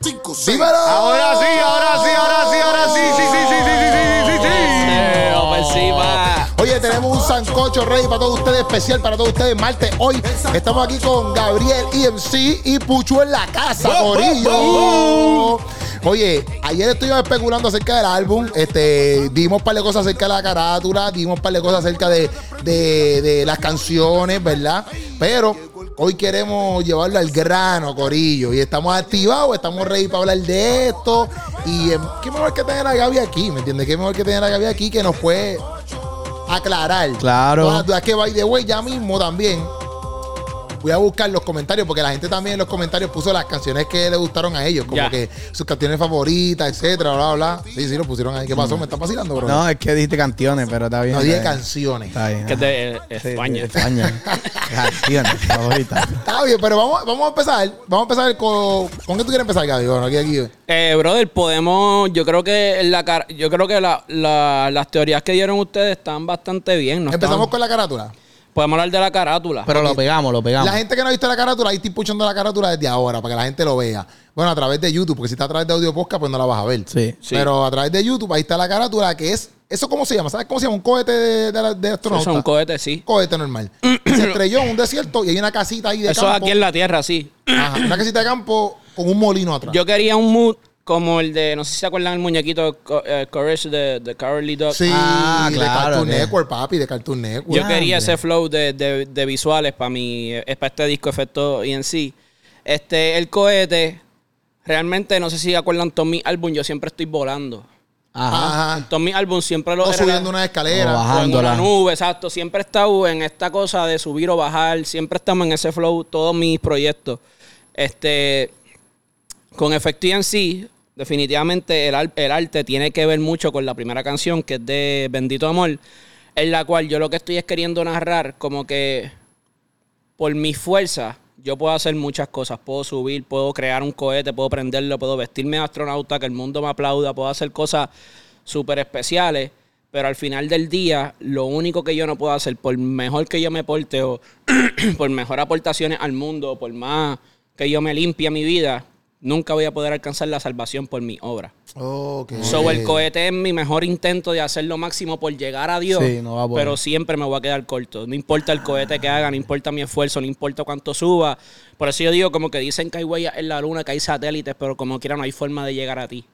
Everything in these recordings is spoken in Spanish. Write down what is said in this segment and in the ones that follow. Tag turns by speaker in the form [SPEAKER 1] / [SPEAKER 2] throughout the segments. [SPEAKER 1] 5, 6.
[SPEAKER 2] ¡Dímelo!
[SPEAKER 3] Ahora sí, ahora sí, ahora sí, ahora sí, sí, sí, sí, sí, sí, sí, sí, sí.
[SPEAKER 4] Pero por encima.
[SPEAKER 2] Oye, tenemos un sancocho ready para todos ustedes, especial para todos ustedes. Martes, hoy estamos aquí con Gabriel EMC y Puchu en la casa, Corillo. Oye, ayer estuvimos especulando acerca del álbum. Este, dimos un par de cosas acerca de la carátula, dimos un par de cosas acerca de, de- de las canciones, ¿verdad? Pero hoy queremos llevarlo al grano, Corillo. Y estamos activados, estamos ready para hablar de esto. Y em, qué mejor que tener a Gaby aquí, ¿me entiendes? Qué mejor que tener a Gaby aquí que nos puede aclarar.
[SPEAKER 3] Claro.
[SPEAKER 2] Todas las dudas que, by the way, ya mismo también voy a buscar los comentarios porque la gente también en los comentarios puso las canciones que le gustaron a ellos, como
[SPEAKER 4] Ya.
[SPEAKER 2] que sus canciones favoritas, etcétera, bla, bla. Sí, sí, lo pusieron ahí. ¿Qué pasó? ¿Me están vacilando, bro?
[SPEAKER 3] Mm. No, eh. es que dijiste canciones, pero está bien.
[SPEAKER 2] No, dije
[SPEAKER 3] está bien.
[SPEAKER 2] canciones.
[SPEAKER 3] Está bien.
[SPEAKER 4] Que
[SPEAKER 3] ajá.
[SPEAKER 4] te eh,
[SPEAKER 3] Sí,
[SPEAKER 4] España.
[SPEAKER 3] España. Canciones favoritas.
[SPEAKER 2] Está bien, pero vamos, vamos a empezar. Vamos a empezar con. ¿Con qué tú quieres empezar, Gaby? Bueno, aquí, aquí.
[SPEAKER 4] Eh, brother, podemos. Yo creo que la car- yo creo que la- la- las teorías que dieron ustedes están bastante bien. ¿no?
[SPEAKER 2] Empezamos
[SPEAKER 4] Están-
[SPEAKER 2] con la carátula.
[SPEAKER 4] Podemos hablar de la carátula.
[SPEAKER 3] Pero lo pegamos, lo pegamos.
[SPEAKER 2] La gente que no ha visto la carátula, ahí estoy puchando la carátula desde ahora para que la gente lo vea. Bueno, a través de YouTube, porque si está a través de audio podcast, pues no la vas a ver.
[SPEAKER 3] Sí.
[SPEAKER 4] Sí.
[SPEAKER 2] Pero a través de YouTube, ahí está la carátula, que es. ¿Eso cómo se llama? ¿Sabes cómo se llama? Un cohete de, de, la- de astronauta.
[SPEAKER 4] Eso es un cohete, sí.
[SPEAKER 2] cohete normal. Y se estrelló en un desierto y hay una casita ahí de
[SPEAKER 4] Eso es
[SPEAKER 2] campo.
[SPEAKER 4] aquí en la tierra, sí.
[SPEAKER 2] Ajá, una casita de campo con un molino atrás.
[SPEAKER 4] Yo quería un mood como el de, no sé si se acuerdan el muñequito Co- eh, Courage de, de Cowardly Dog.
[SPEAKER 2] sí,
[SPEAKER 3] Ah,
[SPEAKER 2] de
[SPEAKER 3] claro,
[SPEAKER 2] Cartoon
[SPEAKER 3] que-
[SPEAKER 2] Network, papi, de Cartoon Network.
[SPEAKER 4] Yo quería
[SPEAKER 3] Grande.
[SPEAKER 4] ese flow de, de- de visuales para mi eh, para este disco efecto y en sí. Este, el cohete, realmente no sé si acuerdan todos mis álbumes, yo siempre estoy volando.
[SPEAKER 3] Ajá.
[SPEAKER 2] Ajá.
[SPEAKER 4] Todos mis álbumes siempre lo
[SPEAKER 2] O
[SPEAKER 4] era-
[SPEAKER 2] subiendo una escalera.
[SPEAKER 3] O
[SPEAKER 4] o en una
[SPEAKER 3] bajándola.
[SPEAKER 4] nube, exacto. Siempre he estado en esta cosa de subir o bajar. Siempre estamos en ese flow, todos mis proyectos. Este, con Efecto en sí, definitivamente el, al- el arte tiene que ver mucho con la primera canción, que es de Bendito Amor, en la cual yo lo que estoy es queriendo narrar como que por mi fuerza yo puedo hacer muchas cosas. Puedo subir, puedo crear un cohete, puedo prenderlo, puedo vestirme de astronauta, que el mundo me aplauda, puedo hacer cosas súper especiales. Pero al final del día, lo único que yo no puedo hacer, por mejor que yo me porte o por mejor aportaciones al mundo, por más que yo me limpie mi vida, nunca voy a poder alcanzar la salvación por mi obra.
[SPEAKER 2] Ok.
[SPEAKER 4] So, el cohete es mi mejor intento de hacer lo máximo por llegar a Dios,
[SPEAKER 3] Sí, no va a poder.
[SPEAKER 4] pero siempre me voy a quedar corto. No importa el cohete que haga, no importa mi esfuerzo, no importa cuánto suba. Por eso yo digo, como que dicen que hay huellas en la luna, que hay satélites, pero como quiera no hay forma de llegar a ti.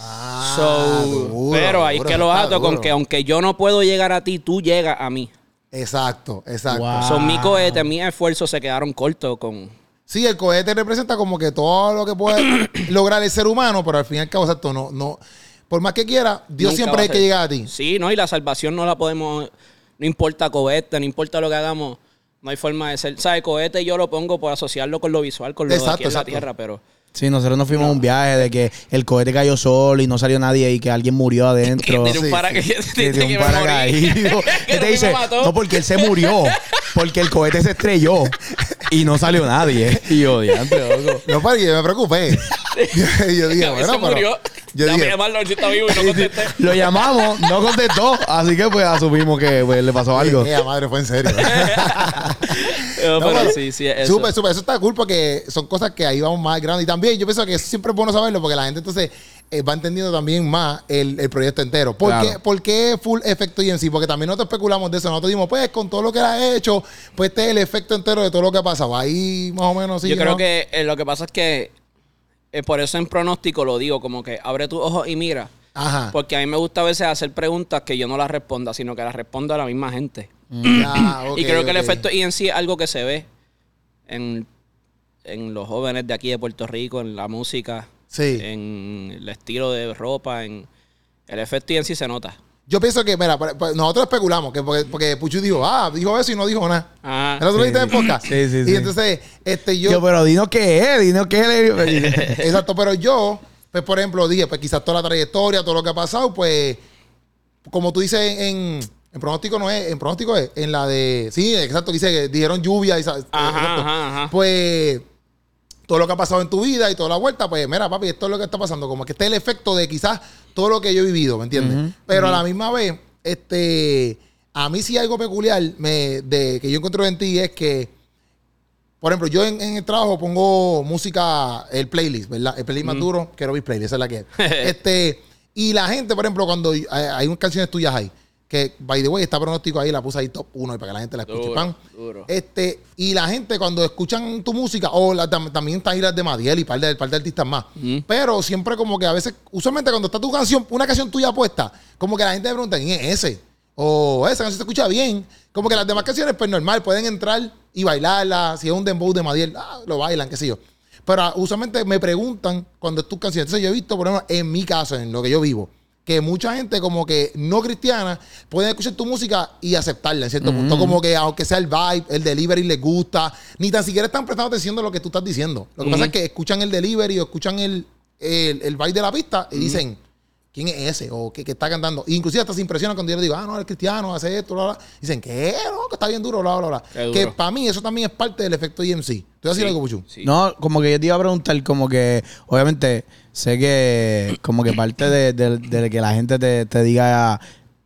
[SPEAKER 2] Ah,
[SPEAKER 4] So,
[SPEAKER 2] duro,
[SPEAKER 4] pero ahí es
[SPEAKER 2] duro,
[SPEAKER 4] que lo
[SPEAKER 2] está
[SPEAKER 4] ato con
[SPEAKER 2] duro.
[SPEAKER 4] que aunque yo no puedo llegar a ti, tú llegas a mí.
[SPEAKER 2] Exacto, exacto.
[SPEAKER 3] Wow.
[SPEAKER 4] Son
[SPEAKER 2] Ah.
[SPEAKER 4] mi cohete, mis esfuerzos se quedaron cortos con...
[SPEAKER 2] Sí, el cohete representa como que todo lo que puede lograr el ser humano, pero al fin y al cabo, exacto, no, no. Por más que quiera, Dios
[SPEAKER 4] Nunca
[SPEAKER 2] siempre
[SPEAKER 4] va a
[SPEAKER 2] hay que
[SPEAKER 4] ser.
[SPEAKER 2] llegar a ti.
[SPEAKER 4] Sí, no, y la salvación no la podemos, no importa cohete, no importa lo que hagamos, no hay forma de ser. ¿Sabes? Cohete yo lo pongo por asociarlo con lo visual, con lo de
[SPEAKER 2] Exacto,
[SPEAKER 4] aquí en la
[SPEAKER 2] exacto.
[SPEAKER 4] tierra, pero
[SPEAKER 3] Sí, nosotros nos fuimos a un viaje de que el cohete cayó solo y no salió nadie y que alguien murió adentro.
[SPEAKER 4] Que tiró un
[SPEAKER 3] Sí,
[SPEAKER 4] para-
[SPEAKER 3] sí.
[SPEAKER 4] que-
[SPEAKER 3] Que tiró
[SPEAKER 4] que
[SPEAKER 3] un
[SPEAKER 4] me morí.
[SPEAKER 3] paracaído.
[SPEAKER 4] Que
[SPEAKER 3] Y te
[SPEAKER 4] no me
[SPEAKER 3] dice,
[SPEAKER 4] mató.
[SPEAKER 3] no, porque él se murió. Porque el cohete se estrelló y no salió nadie. Y yo, diantre, loco.
[SPEAKER 2] No, pero yo me preocupé. yo, yo dije,
[SPEAKER 4] A
[SPEAKER 2] bueno,
[SPEAKER 4] veces
[SPEAKER 2] pero.
[SPEAKER 4] murió.
[SPEAKER 2] Yo
[SPEAKER 4] Dame
[SPEAKER 2] dije,
[SPEAKER 4] llamarlo a ver si está vivo y no contesté.
[SPEAKER 3] Lo llamamos, no contestó. Así que pues asumimos que pues, le pasó algo.
[SPEAKER 2] "Eh, madre, fue en serio. No,
[SPEAKER 4] No, pero
[SPEAKER 2] pero
[SPEAKER 4] sí, sí, es eso.
[SPEAKER 2] Súper, súper. Eso está cool porque son cosas que ahí vamos más grande. Y también yo pienso que eso siempre es bueno saberlo porque la gente entonces eh, va entendiendo también más el, el proyecto entero. ¿Por,
[SPEAKER 3] Claro.
[SPEAKER 2] qué, por qué full efecto y en sí? Porque también nosotros especulamos de eso. Nosotros dimos, pues con todo lo que él ha hecho, pues este es el efecto entero de todo lo que ha pasado. Ahí más o menos sí.
[SPEAKER 4] Yo creo
[SPEAKER 2] ¿no?
[SPEAKER 4] que eh, lo que pasa es que, eh, por eso en pronóstico lo digo, como que abre tus ojos y mira.
[SPEAKER 2] Ajá.
[SPEAKER 4] Porque a mí me gusta a veces hacer preguntas que yo no las responda, sino que las responda a la misma gente.
[SPEAKER 2] Ya, ok,
[SPEAKER 4] y creo que el
[SPEAKER 2] ok.
[SPEAKER 4] efecto INC es algo que se ve en, en los jóvenes de aquí de Puerto Rico, en la música,
[SPEAKER 2] Sí.
[SPEAKER 4] en el estilo de ropa, en el efecto INC se nota.
[SPEAKER 2] Yo pienso que, mira, pa- pa- nosotros especulamos que porque, porque Puchu dijo, ah, dijo eso y no dijo nada.
[SPEAKER 4] Ah,
[SPEAKER 2] El otro
[SPEAKER 3] Sí,
[SPEAKER 2] día en
[SPEAKER 3] sí.
[SPEAKER 2] podcast.
[SPEAKER 3] Sí, sí,
[SPEAKER 2] y
[SPEAKER 3] sí.
[SPEAKER 2] entonces, este,
[SPEAKER 3] Yo, pero dinos qué es, dinos qué es.
[SPEAKER 2] Exacto, pero yo, pues por ejemplo, dije, pues quizás toda la trayectoria, todo lo que ha pasado, pues, como tú dices en, en pronóstico no es, en pronóstico es, en la de, sí, exacto, dice que dijeron lluvia, y, sa- eh,
[SPEAKER 4] Ajá,
[SPEAKER 2] exacto.
[SPEAKER 4] ajá, ajá.
[SPEAKER 2] pues todo lo que ha pasado en tu vida y toda la vuelta, pues mira, papi, esto es lo que está pasando, como que este es el efecto de quizás todo lo que yo he vivido, ¿me entiendes? Pero a la misma vez, este, a mí sí algo peculiar me, de, que yo encuentro en ti es que Por ejemplo, yo en, en el trabajo pongo música, el playlist, ¿verdad? El playlist más duro, quiero mis playlist, esa es la que es. este, y la gente, por ejemplo, cuando hay, hay unas canciones tuyas ahí, que, by the way, está pronóstico ahí, la puse ahí top 1 para que la gente la escuche.
[SPEAKER 4] Duro,
[SPEAKER 2] pan.
[SPEAKER 4] duro.
[SPEAKER 2] Este, y la gente cuando escuchan tu música, o la- tam- también están ahí las de Madiel y par de, par de artistas más. Pero siempre como que a veces, usualmente cuando está tu canción, una canción tuya puesta, como que la gente te pregunta, ¿quién es ese? O esa canción se escucha bien. Como que las demás canciones, pues normal, pueden entrar y bailarla. Si es un dembow de Madiel, ah, lo bailan, qué sé yo. Pero ah, usualmente me preguntan cuando es tu canción. Entonces yo he visto, por ejemplo, en mi caso, en lo que yo vivo, que mucha gente como que no cristiana puede escuchar tu música y aceptarla en cierto punto. Como que aunque sea el vibe, el delivery les gusta, ni tan siquiera están prestando atención de lo que tú estás diciendo. Lo que pasa es que escuchan el delivery o escuchan el, el, el vibe de la pista y dicen, ¿quién es ese? O ¿qué, qué está cantando? E inclusive hasta se impresionan cuando yo les digo, ah, no, el cristiano hace esto, bla, bla. Dicen, ¿qué? No, que está bien duro, bla, bla, bla.
[SPEAKER 4] Qué duro.
[SPEAKER 2] Que para mí eso también es parte del efecto EMC. ¿Tú decir algo, Puchu?
[SPEAKER 4] Sí.
[SPEAKER 3] No, como que yo te iba a preguntar, como que, obviamente, sé que, como que parte de, de- de que la gente te, te diga,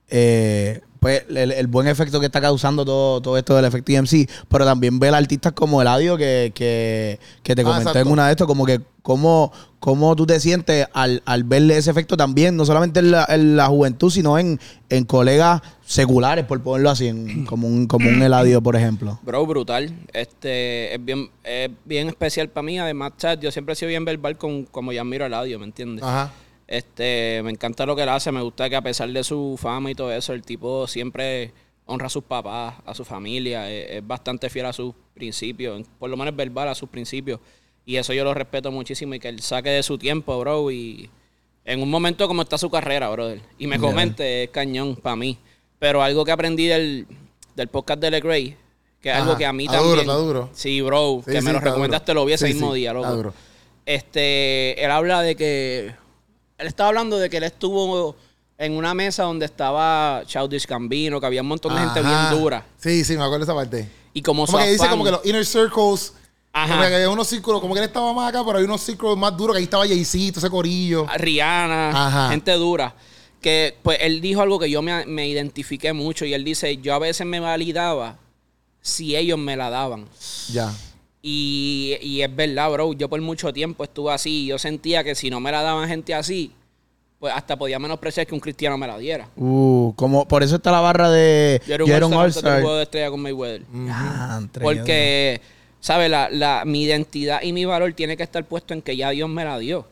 [SPEAKER 3] eh, pues, el, el buen efecto que está causando todo, todo esto del efecto EMC, pero también ver artistas como Eladio, que, que, que te
[SPEAKER 2] Ah,
[SPEAKER 3] comenté en
[SPEAKER 2] exacto.
[SPEAKER 3] una de estos, como que, cómo, cómo tú te sientes al, al verle ese efecto también, no solamente en la, en la juventud, sino en, en colegas seculares, por ponerlo así, en- como, un, como un Eladio, por ejemplo.
[SPEAKER 4] Bro, brutal. Este es bien, es bien especial para mí. Además, chat, yo siempre he sido bien verbal con como ya miro al audio, ¿me entiendes?
[SPEAKER 2] Ajá.
[SPEAKER 4] Este, me encanta lo que él hace, me gusta que a pesar de su fama y todo eso, el tipo siempre honra a sus papás, a su familia, e-, es, es bastante fiel a sus principios, en- por lo menos verbal a sus principios. Y eso yo lo respeto muchísimo y que él saque de su tiempo, bro, y en un momento como está su carrera, brother. Y me comente, es cañón para mí. Pero algo que aprendí del, del podcast de Gray que es
[SPEAKER 2] Ajá,
[SPEAKER 4] algo que a mí
[SPEAKER 2] está
[SPEAKER 4] también...
[SPEAKER 2] duro, está duro.
[SPEAKER 4] Sí, bro,
[SPEAKER 2] Sí,
[SPEAKER 4] que
[SPEAKER 2] sí,
[SPEAKER 4] me lo
[SPEAKER 2] está
[SPEAKER 4] recomendaste,
[SPEAKER 2] duro.
[SPEAKER 4] lo vi ese
[SPEAKER 2] Sí,
[SPEAKER 4] mismo
[SPEAKER 2] sí,
[SPEAKER 4] día, loco.
[SPEAKER 2] está duro.
[SPEAKER 4] Este, él habla de que. Él estaba hablando de que él estuvo en una mesa donde estaba Childish Gambino, que había un montón de gente
[SPEAKER 2] Ajá.
[SPEAKER 4] bien dura.
[SPEAKER 2] Sí, sí, me acuerdo esa parte.
[SPEAKER 4] Y como,
[SPEAKER 2] Como
[SPEAKER 4] su
[SPEAKER 2] que dice
[SPEAKER 4] afán-
[SPEAKER 2] como que los inner circles.
[SPEAKER 4] Ajá.
[SPEAKER 2] Como que había unos círculos, como que él estaba más acá, pero hay unos círculos más duros que ahí estaba Jaycito, ese corillo.
[SPEAKER 4] Rihanna,
[SPEAKER 2] Ajá.
[SPEAKER 4] gente dura. Que pues él dijo algo que yo me, me identifiqué mucho. Y él dice: Yo a veces me validaba si ellos me la daban.
[SPEAKER 2] Ya.
[SPEAKER 4] Y, y es verdad, bro. Yo por mucho tiempo estuve así. y Yo sentía que si no me la daban gente así, pues hasta podía menospreciar que un cristiano me la diera.
[SPEAKER 3] Uh, como por eso está la barra de
[SPEAKER 4] Yo era un
[SPEAKER 3] Jaron
[SPEAKER 4] All-Star antes del
[SPEAKER 3] All-Star.
[SPEAKER 4] juego de estrella con Mayweather.
[SPEAKER 3] Ah, entre ellos.
[SPEAKER 4] Porque, ¿sabes? La, la- mi identidad y mi valor tiene que estar puesto en que ya Dios me la dio.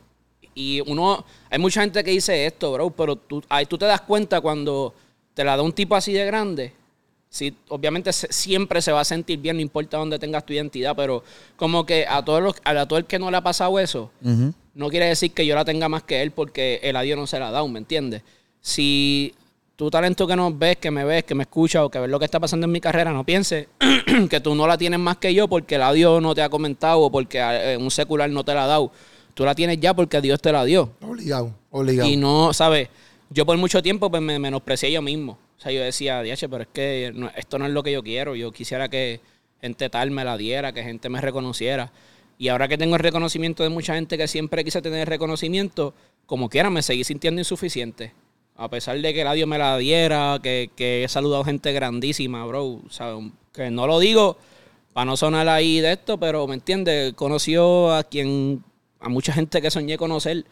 [SPEAKER 4] Y uno, hay mucha gente que dice esto, bro, pero tú, ahí tú te das cuenta cuando te la da un tipo así de grande. Sí, obviamente se- siempre se va a sentir bien, no importa dónde tengas tu identidad, pero como que a, todos los, a, todo el que no le ha pasado eso,
[SPEAKER 3] Ujú.
[SPEAKER 4] no quiere decir que yo la tenga más que él porque el adiós no se la ha dado, ¿me entiendes? Si tu talento que no ves, que me ves, que me escuchas o que ves lo que está pasando en mi carrera, no pienses que tú no la tienes más que yo porque el adiós no te ha comentado o porque eh, un secular no te la ha dado. Tú la tienes ya porque Dios te la dio.
[SPEAKER 2] Obligado, obligado.
[SPEAKER 4] Y no, ¿sabes? Yo por mucho tiempo pues, me menosprecié yo mismo. O sea, yo decía, diache, pero es que no- esto no es lo que yo quiero. Yo quisiera que gente tal me la diera, que gente me reconociera. Y ahora que tengo el reconocimiento de mucha gente que siempre quise tener reconocimiento, como quiera me seguí sintiendo insuficiente. A pesar de que el adiós me la diera, que, que he saludado gente grandísima, bro. ¿sabes? Que no lo digo para no sonar ahí de esto, pero me entiendes, conoció a quien, a mucha gente que soñé conocer.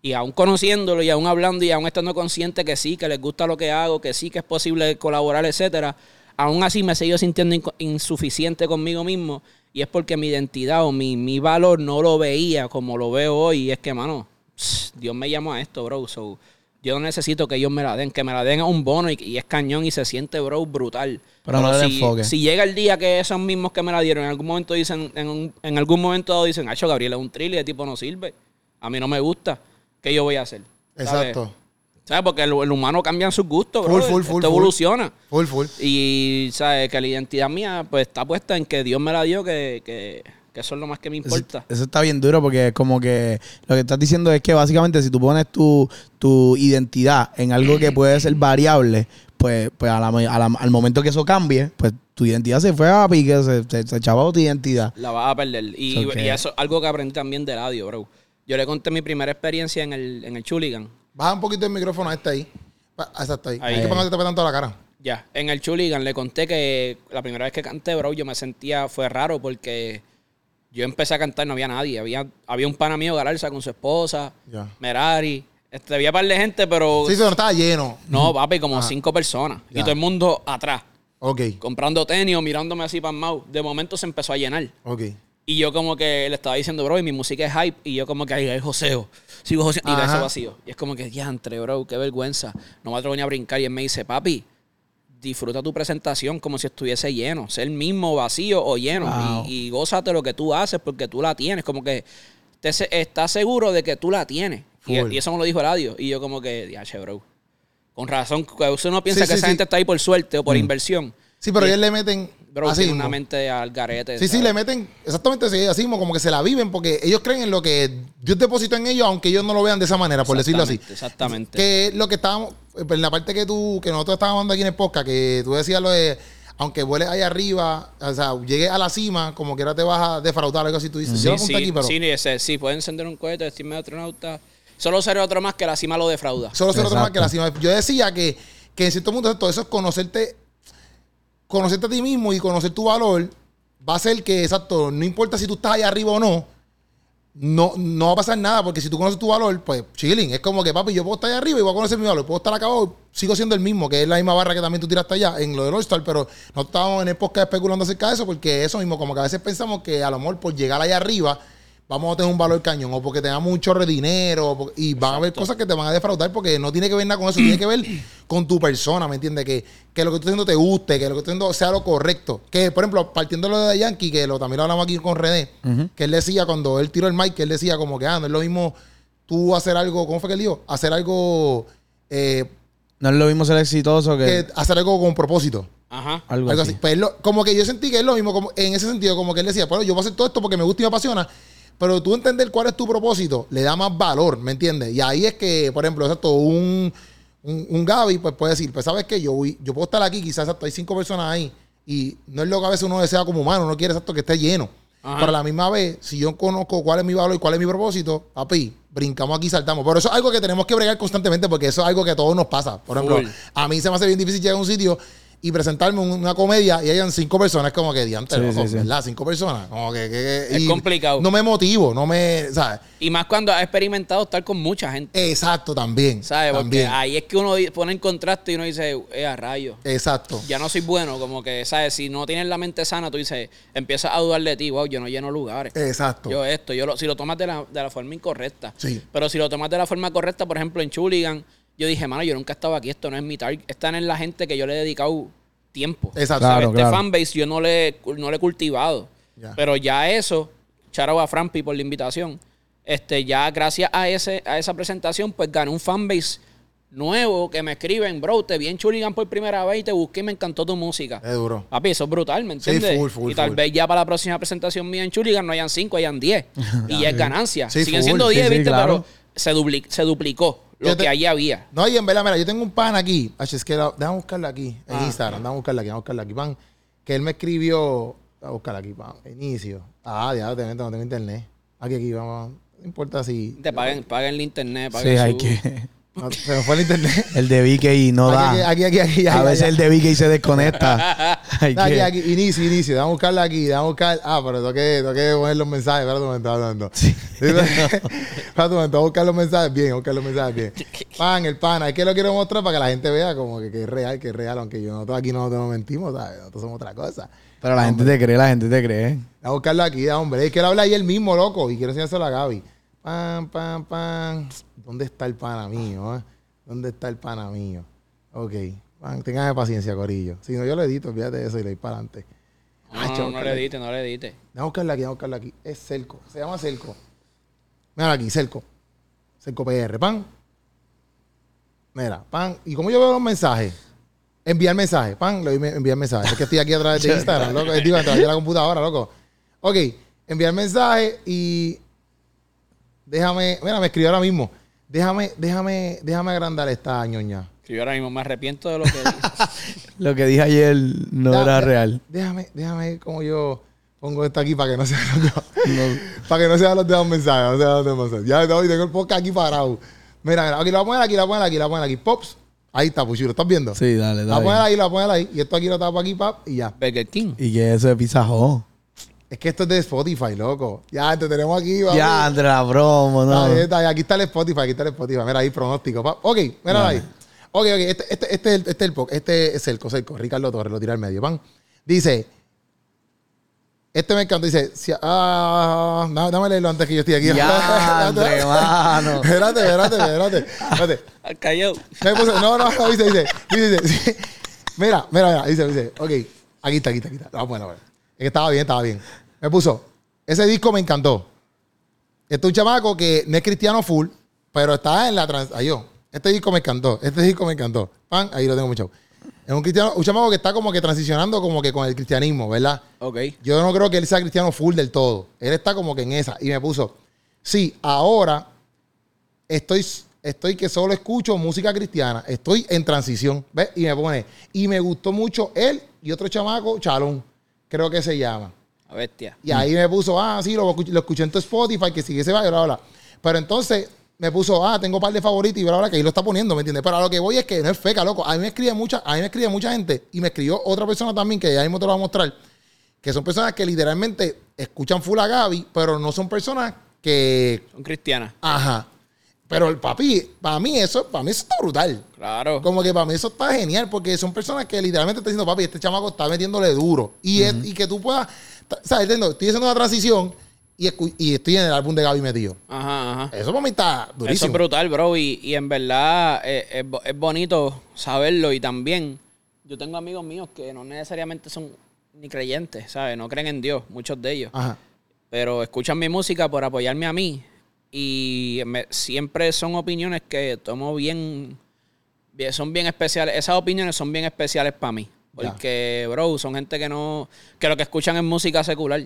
[SPEAKER 4] Y aún conociéndolo y aún hablando y aún estando consciente que sí, que les gusta lo que hago, que sí, que es posible colaborar, etcétera, aún así me he seguido sintiendo inco- insuficiente conmigo mismo. Y es porque mi identidad o mi, mi valor no lo veía como lo veo hoy. Y es que, mano, pss, Dios me llamó a esto, bro. So, yo necesito que ellos me la den, que me la den a un bono y, y es cañón y se siente, bro, brutal.
[SPEAKER 3] Pero no le den
[SPEAKER 4] si,
[SPEAKER 3] enfoque.
[SPEAKER 4] si llega el día que esos mismos que me la dieron en algún momento dicen, en, un- en algún momento dado dicen, Hacho, Gabriel es un thriller, el tipo no sirve. A mí no me gusta. ¿Qué yo voy a hacer? ¿Sabes?
[SPEAKER 2] Exacto.
[SPEAKER 4] ¿Sabes? Porque el, el humano cambia sus gustos,
[SPEAKER 2] Full,
[SPEAKER 4] bro.
[SPEAKER 2] full, full, full.
[SPEAKER 4] evoluciona.
[SPEAKER 2] Full, full.
[SPEAKER 4] Y sabes que la identidad mía pues está puesta en que Dios me la dio, que, que, que eso es lo más que me
[SPEAKER 3] Eso,
[SPEAKER 4] importa.
[SPEAKER 3] eso está bien duro porque como que lo que estás diciendo es que básicamente si tú pones tu, tu identidad en algo que puede ser variable, pues, pues a la- a la- al momento que eso cambie, pues tu identidad se fue a pique, se, se, se chavó tu identidad.
[SPEAKER 4] La vas a perder. Y,
[SPEAKER 3] Ok.
[SPEAKER 4] y eso es algo que aprendí también de radio, bro. Yo le conté mi primera experiencia en el, en el Chuligan.
[SPEAKER 2] Baja un poquito el micrófono a este ahí. Pa- Exacto ahí.
[SPEAKER 4] Ahí.
[SPEAKER 2] Es que para no te tape tanto la cara.
[SPEAKER 4] Ya, en el Chuligan le conté que la primera vez que canté, bro, yo me sentía, fue raro porque yo empecé a cantar y no había nadie. Había, había un pana mío, Galarza, con su esposa,
[SPEAKER 2] Ya.
[SPEAKER 4] Merari. Este, había par de gente, pero...
[SPEAKER 2] Sí, pero estaba lleno.
[SPEAKER 4] No, papi, como cinco personas.
[SPEAKER 2] Ya.
[SPEAKER 4] Y todo el mundo atrás,
[SPEAKER 2] Ok,
[SPEAKER 4] comprando tenis o mirándome así para Mau. De momento se empezó a llenar.
[SPEAKER 2] ok.
[SPEAKER 4] Y yo como que le estaba diciendo, bro, y mi música es hype. Y yo como que, ay, ay, joseo. Sigo joseando. Y de
[SPEAKER 2] Ajá.
[SPEAKER 4] eso vacío. Y es como que, diantre, bro, qué vergüenza. No me atrevo ni a brincar. Y él me dice, papi, disfruta tu presentación como si estuviese lleno. Ser el mismo vacío o lleno.
[SPEAKER 3] Wow.
[SPEAKER 4] Y, y gózate lo que tú haces porque tú la tienes. Como que te se- estás seguro de que tú la tienes. Y,
[SPEAKER 2] Full.
[SPEAKER 4] y eso me lo dijo Eladio. Y yo como que, diache, bro. Con razón, que a veces uno piensa
[SPEAKER 2] Sí,
[SPEAKER 4] que
[SPEAKER 2] sí, sí.
[SPEAKER 4] esa
[SPEAKER 2] Mm.
[SPEAKER 4] gente está ahí por suerte o por inversión.
[SPEAKER 2] Sí, pero
[SPEAKER 4] Y-
[SPEAKER 2] ellos le meten
[SPEAKER 4] Bro,
[SPEAKER 2] así
[SPEAKER 4] tiene una
[SPEAKER 2] mismo.
[SPEAKER 4] mente al garete.
[SPEAKER 2] Ah, Sí, sí,
[SPEAKER 4] ¿sabes?
[SPEAKER 2] le meten exactamente así, así mismo, como que se la viven porque ellos creen en lo que Dios depositó en ellos, aunque ellos no lo vean de esa manera, por decirlo así.
[SPEAKER 4] Exactamente, exactamente.
[SPEAKER 2] Que es lo que estábamos, en la parte que tú, que nosotros estábamos hablando aquí en el podcast, que tú decías lo de, aunque vueles allá arriba, o sea, llegues a la cima, como quiera te vas a defraudar, algo así, tú dices, yo lo
[SPEAKER 4] sí,
[SPEAKER 2] apunté
[SPEAKER 4] sí,
[SPEAKER 2] aquí, pero
[SPEAKER 4] sí, ese- sí, pueden encender un cohete, vestirme de astronauta. Solo seré otro más que la cima lo defrauda.
[SPEAKER 2] solo se lo toma
[SPEAKER 3] Exacto.
[SPEAKER 2] que la cima. Yo decía que, que en cierto punto todo eso es conocerte, conocerte a ti mismo y conocer tu valor, va a ser que, exacto, no importa si tú estás allá arriba o no, no, no va a pasar nada, porque si tú conoces tu valor, pues chilling. Es como que, papi, yo puedo estar allá arriba y voy a conocer mi valor. Puedo estar acá abajo, sigo siendo el mismo, que es la misma barra que también tú tiraste allá en lo del All-Star, pero no estábamos en el podcast especulando acerca de eso, porque eso mismo, como que a veces pensamos que a lo mejor por llegar allá arriba vamos a tener un valor cañón, o porque tengamos un chorro de dinero, o por- y van a haber cosas que te van a defraudar, porque no tiene que ver nada con eso, tiene que ver con tu persona, ¿me entiendes? Que, que lo que tú estás haciendo te guste, que lo que tú estás haciendo sea lo correcto. Que, por ejemplo, partiendo de lo de Yankee, que lo, también lo hablamos aquí con René, que él decía cuando él tiró el mic, que él decía como que, ah, no es lo mismo tú hacer algo, ¿cómo fue que él dijo? Hacer algo, eh,
[SPEAKER 3] No es lo mismo ser exitoso que,
[SPEAKER 2] que hacer algo con propósito.
[SPEAKER 4] Ajá.
[SPEAKER 3] algo,
[SPEAKER 2] Algo
[SPEAKER 3] así.
[SPEAKER 2] así. Pues él lo- como que yo sentí que es lo mismo, como, en ese sentido, como que él decía, bueno, yo voy a hacer todo esto porque me gusta y me apasiona, pero tú entender cuál es tu propósito le da más valor, ¿me entiendes? Y ahí es que, por ejemplo, exacto, un, un, un Gaby pues puede decir, pues sabes que yo, voy- yo puedo estar aquí, quizás exacto, hay cinco personas ahí, y no es lo que a veces uno desea como humano, uno quiere exacto que esté lleno.
[SPEAKER 4] Ajá.
[SPEAKER 2] Pero a la misma vez, si yo conozco cuál es mi valor y cuál es mi propósito, papi, brincamos aquí y saltamos. Pero eso es algo que tenemos que bregar constantemente porque eso es algo que a todos nos pasa. Por ejemplo,
[SPEAKER 4] Full.
[SPEAKER 2] a mí se me hace bien difícil llegar a un sitio y presentarme un- una comedia y hayan cinco personas como que diante,
[SPEAKER 3] Sí,
[SPEAKER 2] loco,
[SPEAKER 3] sí, sí.
[SPEAKER 2] ¿verdad? Cinco personas. Como que, que- que-
[SPEAKER 4] Es
[SPEAKER 2] y
[SPEAKER 4] complicado.
[SPEAKER 2] No me motivo, no me. ¿Sabes?
[SPEAKER 4] Y más cuando ha experimentado estar con mucha gente.
[SPEAKER 2] Exacto, también.
[SPEAKER 4] ¿Sabes? Porque
[SPEAKER 2] También.
[SPEAKER 4] ahí es que uno di- pone en contraste y uno dice, eh, a rayo.
[SPEAKER 2] Exacto.
[SPEAKER 4] Ya no soy bueno, como que, ¿sabes? Si no tienes la mente sana, tú dices, empiezas a dudar de ti, wow, yo no lleno lugares.
[SPEAKER 2] Exacto.
[SPEAKER 4] Yo esto, yo lo- si lo tomas de la, de la forma incorrecta.
[SPEAKER 2] Sí.
[SPEAKER 4] Pero si lo tomas de la forma correcta, por ejemplo, en Chuligan, yo dije, mano, yo nunca estaba aquí, esto no es mi target. Esta no es la gente que yo le he dedicado tiempo.
[SPEAKER 2] Exacto.
[SPEAKER 4] ¿Sabes?
[SPEAKER 3] Claro,
[SPEAKER 4] este
[SPEAKER 3] claro.
[SPEAKER 4] fanbase yo no le, no le he cultivado.
[SPEAKER 2] Ya.
[SPEAKER 4] Pero ya eso, charao a Frampi por la invitación. Este, ya gracias a, ese, a esa presentación, pues gané un fanbase nuevo que me escriben, bro, te vi en Chuligan por primera vez y te busqué y me encantó tu música.
[SPEAKER 2] Es duro.
[SPEAKER 4] Papi, eso es brutal, ¿me
[SPEAKER 2] Eh. Sí,
[SPEAKER 4] entiendes?
[SPEAKER 2] full, full,
[SPEAKER 4] y tal
[SPEAKER 2] full.
[SPEAKER 4] vez ya para la próxima presentación mía en Chuligan no hayan cinco, hayan diez. y ya es ganancia.
[SPEAKER 2] Sí,
[SPEAKER 4] Siguen
[SPEAKER 2] full.
[SPEAKER 4] siendo
[SPEAKER 3] Sí,
[SPEAKER 4] diez,
[SPEAKER 3] sí,
[SPEAKER 4] ¿viste? Pero
[SPEAKER 3] claro.
[SPEAKER 4] se, dupli- se duplicó lo
[SPEAKER 2] Yo te-
[SPEAKER 4] que allí había.
[SPEAKER 2] No, y en verdad, mira, yo tengo un pan aquí. Ay, es que la- déjame buscarla aquí, en
[SPEAKER 4] Ah.
[SPEAKER 2] Instagram. Déjame buscarla aquí, déjame buscarla aquí, pan. Que él me escribió. Déjame buscarla aquí, pan. Inicio. Ah, ya, obviamente no tengo internet. Aquí, aquí, vamos. No importa si.
[SPEAKER 4] Te paguen, paguen el internet,
[SPEAKER 3] Sí,
[SPEAKER 4] paguen
[SPEAKER 3] hay
[SPEAKER 4] su-
[SPEAKER 3] que.
[SPEAKER 2] no, se me fue el internet.
[SPEAKER 3] El de VK no da.
[SPEAKER 2] aquí, aquí, aquí, aquí, aquí,
[SPEAKER 3] a
[SPEAKER 2] aquí,
[SPEAKER 3] veces
[SPEAKER 2] aquí.
[SPEAKER 3] el de VK se desconecta. Hay
[SPEAKER 2] Aquí,
[SPEAKER 3] que-
[SPEAKER 2] aquí, inicio, inicio. Déjame buscarla aquí, déjame buscar. Ah, pero tengo que, tengo que poner los mensajes. Espérate un momento, espérate un momento. Espérate un momento, voy a buscar los mensajes bien, voy a buscar los mensajes bien. Pan, el pan, es que lo quiero mostrar para que la gente vea como que, que es real, que es real, aunque yo nosotros aquí no nos mentimos, ¿sabes? Nosotros somos otra cosa.
[SPEAKER 3] Pero la gente te cree, la gente te cree.
[SPEAKER 2] Déjame buscarlo aquí, da, hombre. Es que él habla ahí el mismo, loco, y quiero enseñárselo a Gaby. Pan, pan, pan. ¿Dónde está el pana mío? eh? ¿Dónde está el pana mío? Ok. Pan, téngame paciencia, Corillo. Si no, yo lo edito, olvídate de eso y le doy para adelante.
[SPEAKER 4] No, no, no, no le edite, no le edite.
[SPEAKER 2] Vamos a buscarla aquí, vamos a buscarla aquí. Es Cerco. Se llama Cerco. Mira aquí, Cerco. Cerco PR. Pan. Mira, pan. ¿Y cómo yo veo los mensajes? Enviar mensajes. Pan, le doy me- enviar mensajes. Es que estoy aquí a través de Instagram, loco. Digo, a través de la computadora, loco. Ok, enviar mensajes y... Déjame... Mira, me escribió ahora mismo. Déjame, déjame, déjame agrandar esta ñoña.
[SPEAKER 4] Que yo ahora mismo me arrepiento de lo que dije.
[SPEAKER 3] Lo que dije ayer no
[SPEAKER 2] Déjame-
[SPEAKER 3] era real.
[SPEAKER 2] Déjame, déjame ver cómo yo pongo esto aquí para que no se vea los dos.
[SPEAKER 3] No-
[SPEAKER 2] Para que no sean los demás mensajes, no sean los demás mensajes. Ya no, y tengo el podcast aquí parado. Mira, mira, aquí la ponen aquí, la ponen aquí, la ponen aquí. Pops, Ahí está, Puchi, ¿lo estás viendo?
[SPEAKER 3] Sí, dale,
[SPEAKER 2] La
[SPEAKER 3] dale.
[SPEAKER 2] poner ahí, la poner ahí. Y esto aquí lo tapa aquí, pap, y ya.
[SPEAKER 4] Burger King.
[SPEAKER 3] Y que eso es Pizza Hut.
[SPEAKER 2] Es que esto es de Spotify, loco. Ya, te tenemos aquí. papi.
[SPEAKER 3] Ya, entre la broma, no.
[SPEAKER 2] Ahí está, aquí está el Spotify, aquí está el Spotify. Mira ahí, pronóstico. pap. Ok, mira ahí. Ok, ok, este, este, este, es el- este, es el po- este es el coseco. Ricardo Torres, lo tira al medio, pan. Dice, este me encanta, dice, si- ah, no, dame leerlo antes que yo esté aquí.
[SPEAKER 3] Ya, entre, mano.
[SPEAKER 2] espérate, espérate, espérate, espérate.
[SPEAKER 4] Al callao.
[SPEAKER 2] Me puso- no, no, no, dice, dice, dice, dice, dice. Mira, mira, mira, dice, dice, ok, aquí está, aquí está, aquí está. Ah, bueno, bueno. Es que estaba bien, estaba bien. Me puso, ese disco me encantó. Este es un chamaco que no es cristiano full, pero está en la trans... Ay, yo, este disco me encantó, este disco me encantó. Pan, ahí lo tengo mucho. Es un cristiano, un chamaco que está como que transicionando como que con el cristianismo, ¿verdad?
[SPEAKER 4] Ok.
[SPEAKER 2] Yo no creo que él sea cristiano full del todo. Él está como que en esa. Y me puso, sí, ahora estoy, estoy que solo escucho música cristiana. Estoy en transición. ¿Ves? Y me pone, y me gustó mucho él y otro chamaco, Chalón, creo que se llama.
[SPEAKER 4] A bestia.
[SPEAKER 2] Y ahí me puso, ah, sí, lo, escuch- lo escuché en tu Spotify, que sigue ese baile, bla, bla. Pero entonces me puso, ah, tengo un par de favoritos y bla, bla, que ahí lo está poniendo, ¿me entiendes? Pero a lo que voy es que no es feca, loco. A mí me escribe mucha, a mí me escribe mucha gente y me escribió otra persona también, que ya mismo te lo voy a mostrar, que son personas que literalmente escuchan full a Gaby, pero no son personas que,
[SPEAKER 4] Son cristianas.
[SPEAKER 2] ajá. Pero el papi, para mí eso, para mí eso está brutal.
[SPEAKER 4] Claro.
[SPEAKER 2] Como que para mí eso está genial, porque son personas que literalmente están diciendo, papi, este chamaco está metiéndole duro. Y, es- y que tú puedas, t- o sea, entiendo, estoy haciendo una transición y, escu- y estoy en el álbum de Gaby metido.
[SPEAKER 4] Ajá, ajá.
[SPEAKER 2] Eso para mí está
[SPEAKER 4] Eso es
[SPEAKER 2] durísimo.
[SPEAKER 4] brutal, bro. Y, y en verdad eh, es, bo- es bonito saberlo. Y también, yo tengo amigos míos que no necesariamente son ni creyentes, ¿sabes? No creen en Dios, muchos de ellos.
[SPEAKER 2] Ajá.
[SPEAKER 4] Pero escuchan mi música por apoyarme a mí. Y me- siempre son opiniones que tomo bien, bien- Son bien especiales. Esas opiniones son bien especiales para mí.
[SPEAKER 2] Ya.
[SPEAKER 4] Porque, bro, son gente que no. Que lo que escuchan es música secular.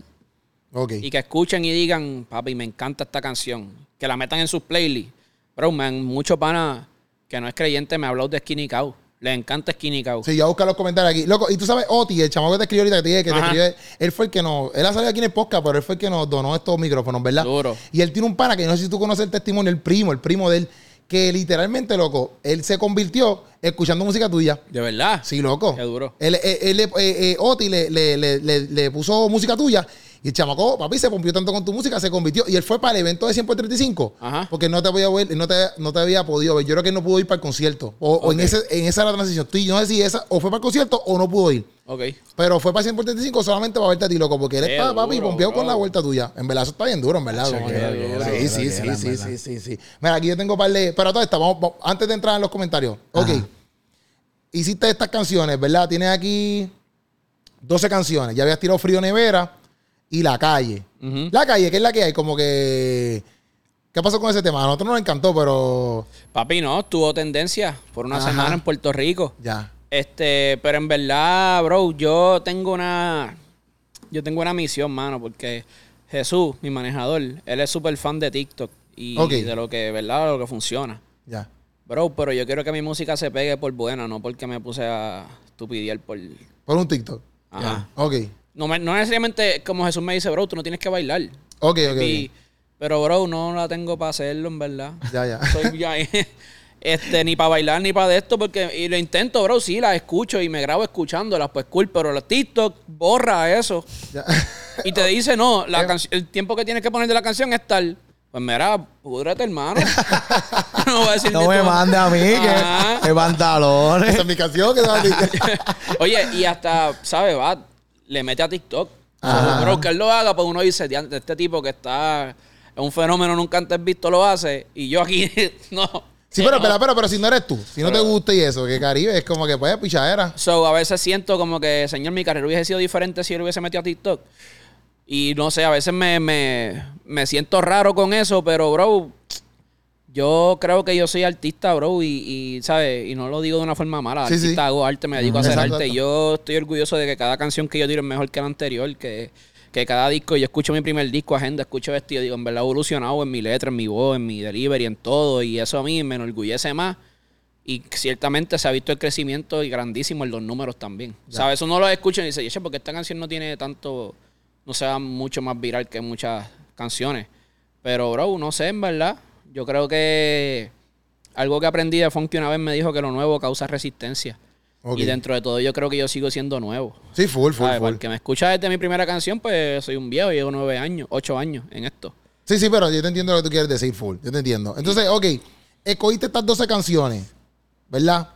[SPEAKER 2] Ok.
[SPEAKER 4] Y que escuchen y digan, papi, me encanta esta canción. Que la metan en sus playlists. Bro, man, mucho pana que no es creyente me ha hablado de Skinny Cow. Le encanta Skinny Cow.
[SPEAKER 2] Sí, yo voy a buscar los comentarios aquí. Loco, y tú sabes, Oti, el chamaco que te escribió ahorita, que te dije que te
[SPEAKER 4] Ajá.
[SPEAKER 2] escribió, él fue el que nos, él ha salido aquí en el podcast, pero él fue el que nos donó estos micrófonos, ¿verdad?
[SPEAKER 4] Duro.
[SPEAKER 2] Y él tiene un pana que no sé si tú conoces el testimonio, el primo, el primo de él, que literalmente, loco, él se convirtió escuchando música tuya.
[SPEAKER 4] De verdad.
[SPEAKER 2] Sí, loco.
[SPEAKER 4] Qué duro.
[SPEAKER 2] Él, él- él- eh, eh, Oti le, le- le- le- le puso música tuya. Y el chamaco, papi, se pompió tanto con tu música, se convirtió. Y él fue para el evento de 100 por 35.
[SPEAKER 4] Ajá.
[SPEAKER 2] Porque no te, podía ver, no, te, no te había podido ver. Yo creo que él no pudo ir para el concierto. O, o en,
[SPEAKER 4] Ok.
[SPEAKER 2] ese, en esa era la transición. Tú, yo no sé si esa, o fue para el concierto o no pudo ir.
[SPEAKER 4] Ok.
[SPEAKER 2] Pero fue para 100 por 35 solamente para verte a ti, loco. Porque él
[SPEAKER 4] Qué
[SPEAKER 2] está, papi,
[SPEAKER 4] duro,
[SPEAKER 2] pompeó con
[SPEAKER 4] bro.
[SPEAKER 2] la vuelta tuya. En verdad, eso está bien duro, en verdad.
[SPEAKER 4] Chacho,
[SPEAKER 2] como
[SPEAKER 4] qué
[SPEAKER 2] que-
[SPEAKER 4] duro,
[SPEAKER 2] Sí, sí,
[SPEAKER 4] qué
[SPEAKER 3] duro,
[SPEAKER 2] sí,
[SPEAKER 3] qué
[SPEAKER 2] sí,
[SPEAKER 3] duro, en
[SPEAKER 2] sí,
[SPEAKER 3] verdad.
[SPEAKER 2] sí, sí, sí. Mira, aquí yo tengo un par de... Pero todo está, vamos, vamos- antes de entrar en los comentarios. Ok.
[SPEAKER 3] Ajá.
[SPEAKER 2] Hiciste estas canciones, ¿verdad? Tienes aquí 12 canciones. Ya habías tirado Frío Nevera y La Calle.
[SPEAKER 4] Ujú.
[SPEAKER 2] La Calle, que es la que hay, como que... ¿Qué pasó con ese tema? A nosotros nos encantó, pero...
[SPEAKER 4] Papi, no, tuvo tendencia por una
[SPEAKER 2] Ajá.
[SPEAKER 4] semana en Puerto Rico.
[SPEAKER 2] Ya.
[SPEAKER 4] Este, pero en verdad, bro, yo tengo una. Yo tengo una misión, mano, porque Jesús, mi manejador, él es súper fan de TikTok y
[SPEAKER 2] Ok.
[SPEAKER 4] de lo que, ¿verdad? De lo que funciona.
[SPEAKER 2] Ya.
[SPEAKER 4] Bro, pero yo quiero que mi música se pegue por buena, no porque me puse a estupidear por.
[SPEAKER 2] Por un TikTok.
[SPEAKER 4] Ajá.
[SPEAKER 2] Ok.
[SPEAKER 4] No, me- no necesariamente, como Jesús me dice, bro, tú no tienes que bailar.
[SPEAKER 2] Ok, ok.
[SPEAKER 4] Y- pero, bro, no la tengo para hacerlo, en verdad.
[SPEAKER 2] ok. Ya, ya.
[SPEAKER 4] Soy ya- este, ni para bailar ni para de esto, porque y lo intento, bro, sí, las escucho y me grabo escuchándolas, pues cool, pero la TikTok borra eso
[SPEAKER 2] ya.
[SPEAKER 4] y te dice, no,
[SPEAKER 3] Eh.
[SPEAKER 4] la canc- el tiempo que tienes que poner de la canción es tal. Pues mira, pudrete, hermano. no voy a decir ni
[SPEAKER 3] No me
[SPEAKER 4] tu-
[SPEAKER 3] mande a mí,
[SPEAKER 4] Ajá.
[SPEAKER 3] que, que pantalones.
[SPEAKER 2] Esa es mi canción que se va a decir.
[SPEAKER 4] Oye, y hasta, ¿sabes? Va, le mete a TikTok.
[SPEAKER 2] Ajá.
[SPEAKER 4] Pero que él lo haga, pues uno dice, "Diantre, este tipo que está, es un fenómeno nunca antes visto, lo hace, y yo aquí, no.
[SPEAKER 2] Sí, pero, pero, pero, pero si no eres tú, si no te gusta y eso, que Caribe es como que pues pichadera.
[SPEAKER 4] So, a veces siento como que, señor, mi carrera hubiese sido diferente si yo lo hubiese metido a TikTok. Y no sé, a veces me, me, me siento raro con eso, pero, bro, yo creo que yo soy artista, bro, y, y ¿sabes? Y no lo digo de una forma mala.
[SPEAKER 2] Sí, sí.
[SPEAKER 4] artista hago arte, me dedico a
[SPEAKER 2] Ujú.
[SPEAKER 4] hacer
[SPEAKER 2] Exacto,
[SPEAKER 4] arte.
[SPEAKER 2] exacto.
[SPEAKER 4] Yo estoy orgulloso de que cada canción que yo tiro es mejor que la anterior, que, que cada disco, yo escucho mi primer disco, Agenda, escucho esto y yo digo, en verdad, he evolucionado en mi letra, en mi voz, en mi delivery, en todo, y eso a mí me enorgullece más. Y ciertamente se ha visto el crecimiento y grandísimo en los números también. ¿Sabes? Eso no lo escuchan y dicen, "Yeche, porque esta canción no tiene tanto, no se va mucho más viral que muchas canciones. Pero, bro, no sé, en verdad. Yo creo que Algo que aprendí de Funky una vez me dijo que lo nuevo causa resistencia.
[SPEAKER 2] Ok.
[SPEAKER 4] Y dentro de todo yo creo que yo sigo siendo nuevo.
[SPEAKER 2] Sí, full, full,
[SPEAKER 4] ¿Sabes? Para
[SPEAKER 2] full.
[SPEAKER 4] el que me escucha desde mi primera canción, pues soy un viejo, llevo nueve años, ocho años en esto.
[SPEAKER 2] Sí, sí, pero yo te entiendo lo que tú quieres decir, full. Yo te entiendo. Entonces, ok, escogiste estas 12 canciones, ¿verdad?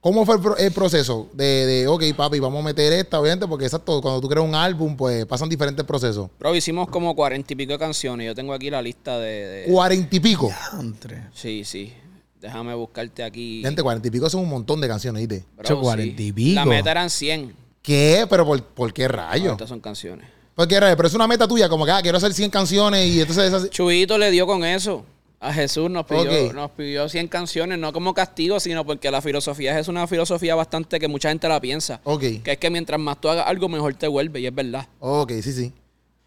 [SPEAKER 2] ¿Cómo fue el, pro- el proceso? De, de, ok, papi, vamos a meter esta, obviamente, porque exacto, cuando tú creas un álbum, pues pasan diferentes procesos.
[SPEAKER 4] Pero hicimos como cuarenta y pico de canciones. Yo tengo aquí la lista de. de-
[SPEAKER 2] Cuarenta y pico.
[SPEAKER 3] Entre.
[SPEAKER 4] Sí, sí. Déjame buscarte aquí.
[SPEAKER 2] Gente, cuarenta y pico son un montón de canciones, ¿viste?
[SPEAKER 4] Bro,
[SPEAKER 3] Ocho,
[SPEAKER 4] sí.
[SPEAKER 3] cuarenta y pico.
[SPEAKER 4] La meta eran 100.
[SPEAKER 2] ¿Qué? ¿Pero por, por qué rayo?
[SPEAKER 4] Estas son canciones.
[SPEAKER 2] ¿Por qué rayo? Pero es una meta tuya, como que, ah, quiero hacer 100 canciones y entonces... esas-
[SPEAKER 4] Chubito le dio con eso. A Jesús nos pidió,
[SPEAKER 2] Ok.
[SPEAKER 4] nos pidió 100 canciones, no como castigo, sino porque la filosofía es una filosofía bastante que mucha gente la piensa.
[SPEAKER 2] Ok,
[SPEAKER 4] Que es que mientras más tú hagas algo, mejor te vuelve, y es verdad.
[SPEAKER 2] ok, sí, sí.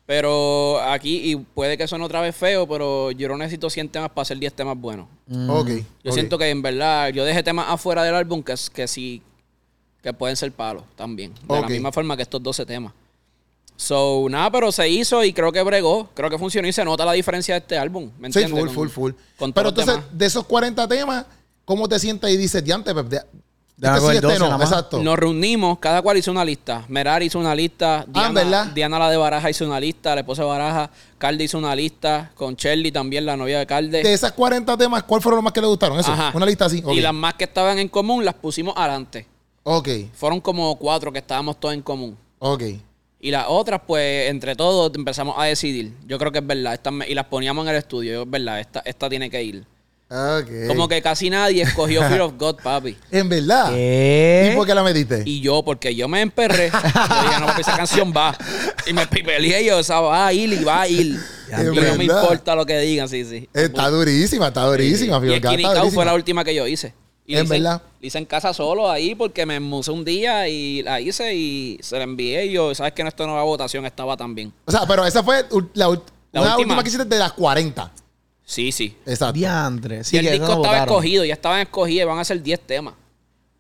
[SPEAKER 4] Pero aquí, y puede que suene otra vez feo, pero yo no necesito 100 temas para hacer 10 temas buenos.
[SPEAKER 2] Ok.
[SPEAKER 4] Yo
[SPEAKER 2] ok.
[SPEAKER 4] siento que en verdad, yo dejé temas afuera del álbum que, que sí, que pueden ser palos también. De la
[SPEAKER 2] Ok.
[SPEAKER 4] misma forma que estos 12 temas. So, nada, pero se hizo y creo que bregó. Creo que funcionó y se nota la diferencia de este álbum. ¿Me
[SPEAKER 2] Sí,
[SPEAKER 4] entiendes?
[SPEAKER 2] full,
[SPEAKER 4] Con-
[SPEAKER 2] full, full.
[SPEAKER 4] con
[SPEAKER 2] Pero
[SPEAKER 4] todos los
[SPEAKER 2] entonces,
[SPEAKER 4] demás.
[SPEAKER 2] de esos 40 temas, ¿cómo te sientes y dices, diante, Pep? de- Este
[SPEAKER 3] Déjame
[SPEAKER 2] sí,
[SPEAKER 3] coger
[SPEAKER 2] este
[SPEAKER 3] 12
[SPEAKER 2] no,
[SPEAKER 3] nada más.
[SPEAKER 2] exacto.
[SPEAKER 4] Nos reunimos, cada cual hizo una lista. Merar hizo una lista. Diana,
[SPEAKER 2] Ah, ¿verdad?
[SPEAKER 4] Diana, la de Baraja, hizo una lista. La esposa de Baraja. Calde hizo una lista. Con Shirley también, la novia de Calde.
[SPEAKER 2] De esas 40 temas, ¿cuál fueron los más que le gustaron? Eso,
[SPEAKER 4] eh. Ajá.
[SPEAKER 2] una lista así. Ok.
[SPEAKER 4] Y las más que estaban en común las pusimos adelante.
[SPEAKER 2] ok,
[SPEAKER 4] Fueron como cuatro que estábamos todos en común.
[SPEAKER 2] ok.
[SPEAKER 4] Y las otras, pues, entre todos empezamos a decidir. Yo creo que es verdad. Estas me- y las poníamos en el estudio. Yo, es verdad, esta, esta tiene que ir.
[SPEAKER 2] Ok.
[SPEAKER 4] Como que casi nadie escogió Fear of God, papi.
[SPEAKER 2] En verdad.
[SPEAKER 3] ¿Qué?
[SPEAKER 2] ¿Y por qué la metiste?
[SPEAKER 4] Y yo, porque yo me emperré, yo dije, no, papi, esa canción va. Y me pipelé yo, esa va a ir y va a ir.
[SPEAKER 2] Es
[SPEAKER 4] y no me
[SPEAKER 2] verdad. Eh,
[SPEAKER 4] importa lo que digan, sí, sí.
[SPEAKER 2] Está durísima, está durísima,
[SPEAKER 4] Y
[SPEAKER 2] Fiorga,
[SPEAKER 4] Skinny
[SPEAKER 2] está
[SPEAKER 4] Cow
[SPEAKER 2] durísima.
[SPEAKER 4] fue la última que yo hice. Y
[SPEAKER 2] Es
[SPEAKER 4] la hice,
[SPEAKER 2] verdad.
[SPEAKER 4] la hice en casa solo ahí porque me musé un día y la hice y se la envié. Y yo, ¿sabes que en esta nueva votación estaba también?
[SPEAKER 2] O sea, pero esa fue ul- la, ul-
[SPEAKER 4] La
[SPEAKER 2] una última.
[SPEAKER 4] última
[SPEAKER 2] que hiciste de las 40.
[SPEAKER 4] Sí, sí.
[SPEAKER 2] Exacto.
[SPEAKER 3] Diantre.
[SPEAKER 4] y
[SPEAKER 3] Sí,
[SPEAKER 4] el
[SPEAKER 3] que
[SPEAKER 4] disco
[SPEAKER 3] eso
[SPEAKER 4] estaba
[SPEAKER 3] lo votaron.
[SPEAKER 4] escogido, ya estaban escogidos, van a ser 10 temas.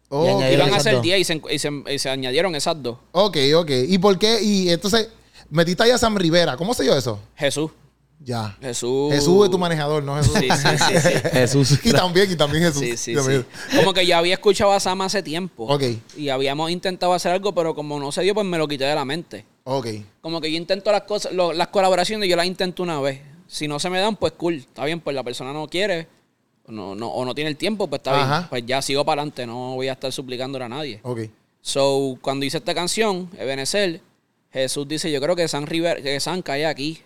[SPEAKER 2] Ok,
[SPEAKER 3] añadí-
[SPEAKER 4] Y
[SPEAKER 3] Ahí
[SPEAKER 4] van a
[SPEAKER 3] esas
[SPEAKER 4] ser
[SPEAKER 3] dos.
[SPEAKER 4] 10 y se, y se- y se añadieron esas dos.
[SPEAKER 2] ok, ok. ¿Y por qué? Y entonces, metiste ahí a Sam Rivera. ¿Cómo se dio eso?
[SPEAKER 4] Jesús.
[SPEAKER 2] Ya.
[SPEAKER 4] Jesús.
[SPEAKER 2] Jesús es tu manejador, no Jesús.
[SPEAKER 4] Sí, sí, sí, Uh. sí.
[SPEAKER 3] Jesús.
[SPEAKER 2] Y también, y también Jesús.
[SPEAKER 4] Sí, sí,
[SPEAKER 2] Dios mío.
[SPEAKER 4] sí. Como que yo había escuchado a Sam hace tiempo.
[SPEAKER 2] Ok.
[SPEAKER 4] Y habíamos intentado hacer algo, pero como no se dio, pues me lo quité de la mente.
[SPEAKER 2] Ok.
[SPEAKER 4] Como que yo intento las cosas, lo- las colaboraciones, yo las intento una vez. Si no se me dan, pues cool. Está bien, pues la persona no quiere no, no, o no tiene el tiempo, pues está
[SPEAKER 2] Ajá.
[SPEAKER 4] bien. Pues ya sigo para adelante, no voy a estar suplicándole a nadie.
[SPEAKER 2] Ok.
[SPEAKER 4] So, cuando hice esta canción, Ebenezer, Jesús dice, yo creo que San River, que San cae aquí.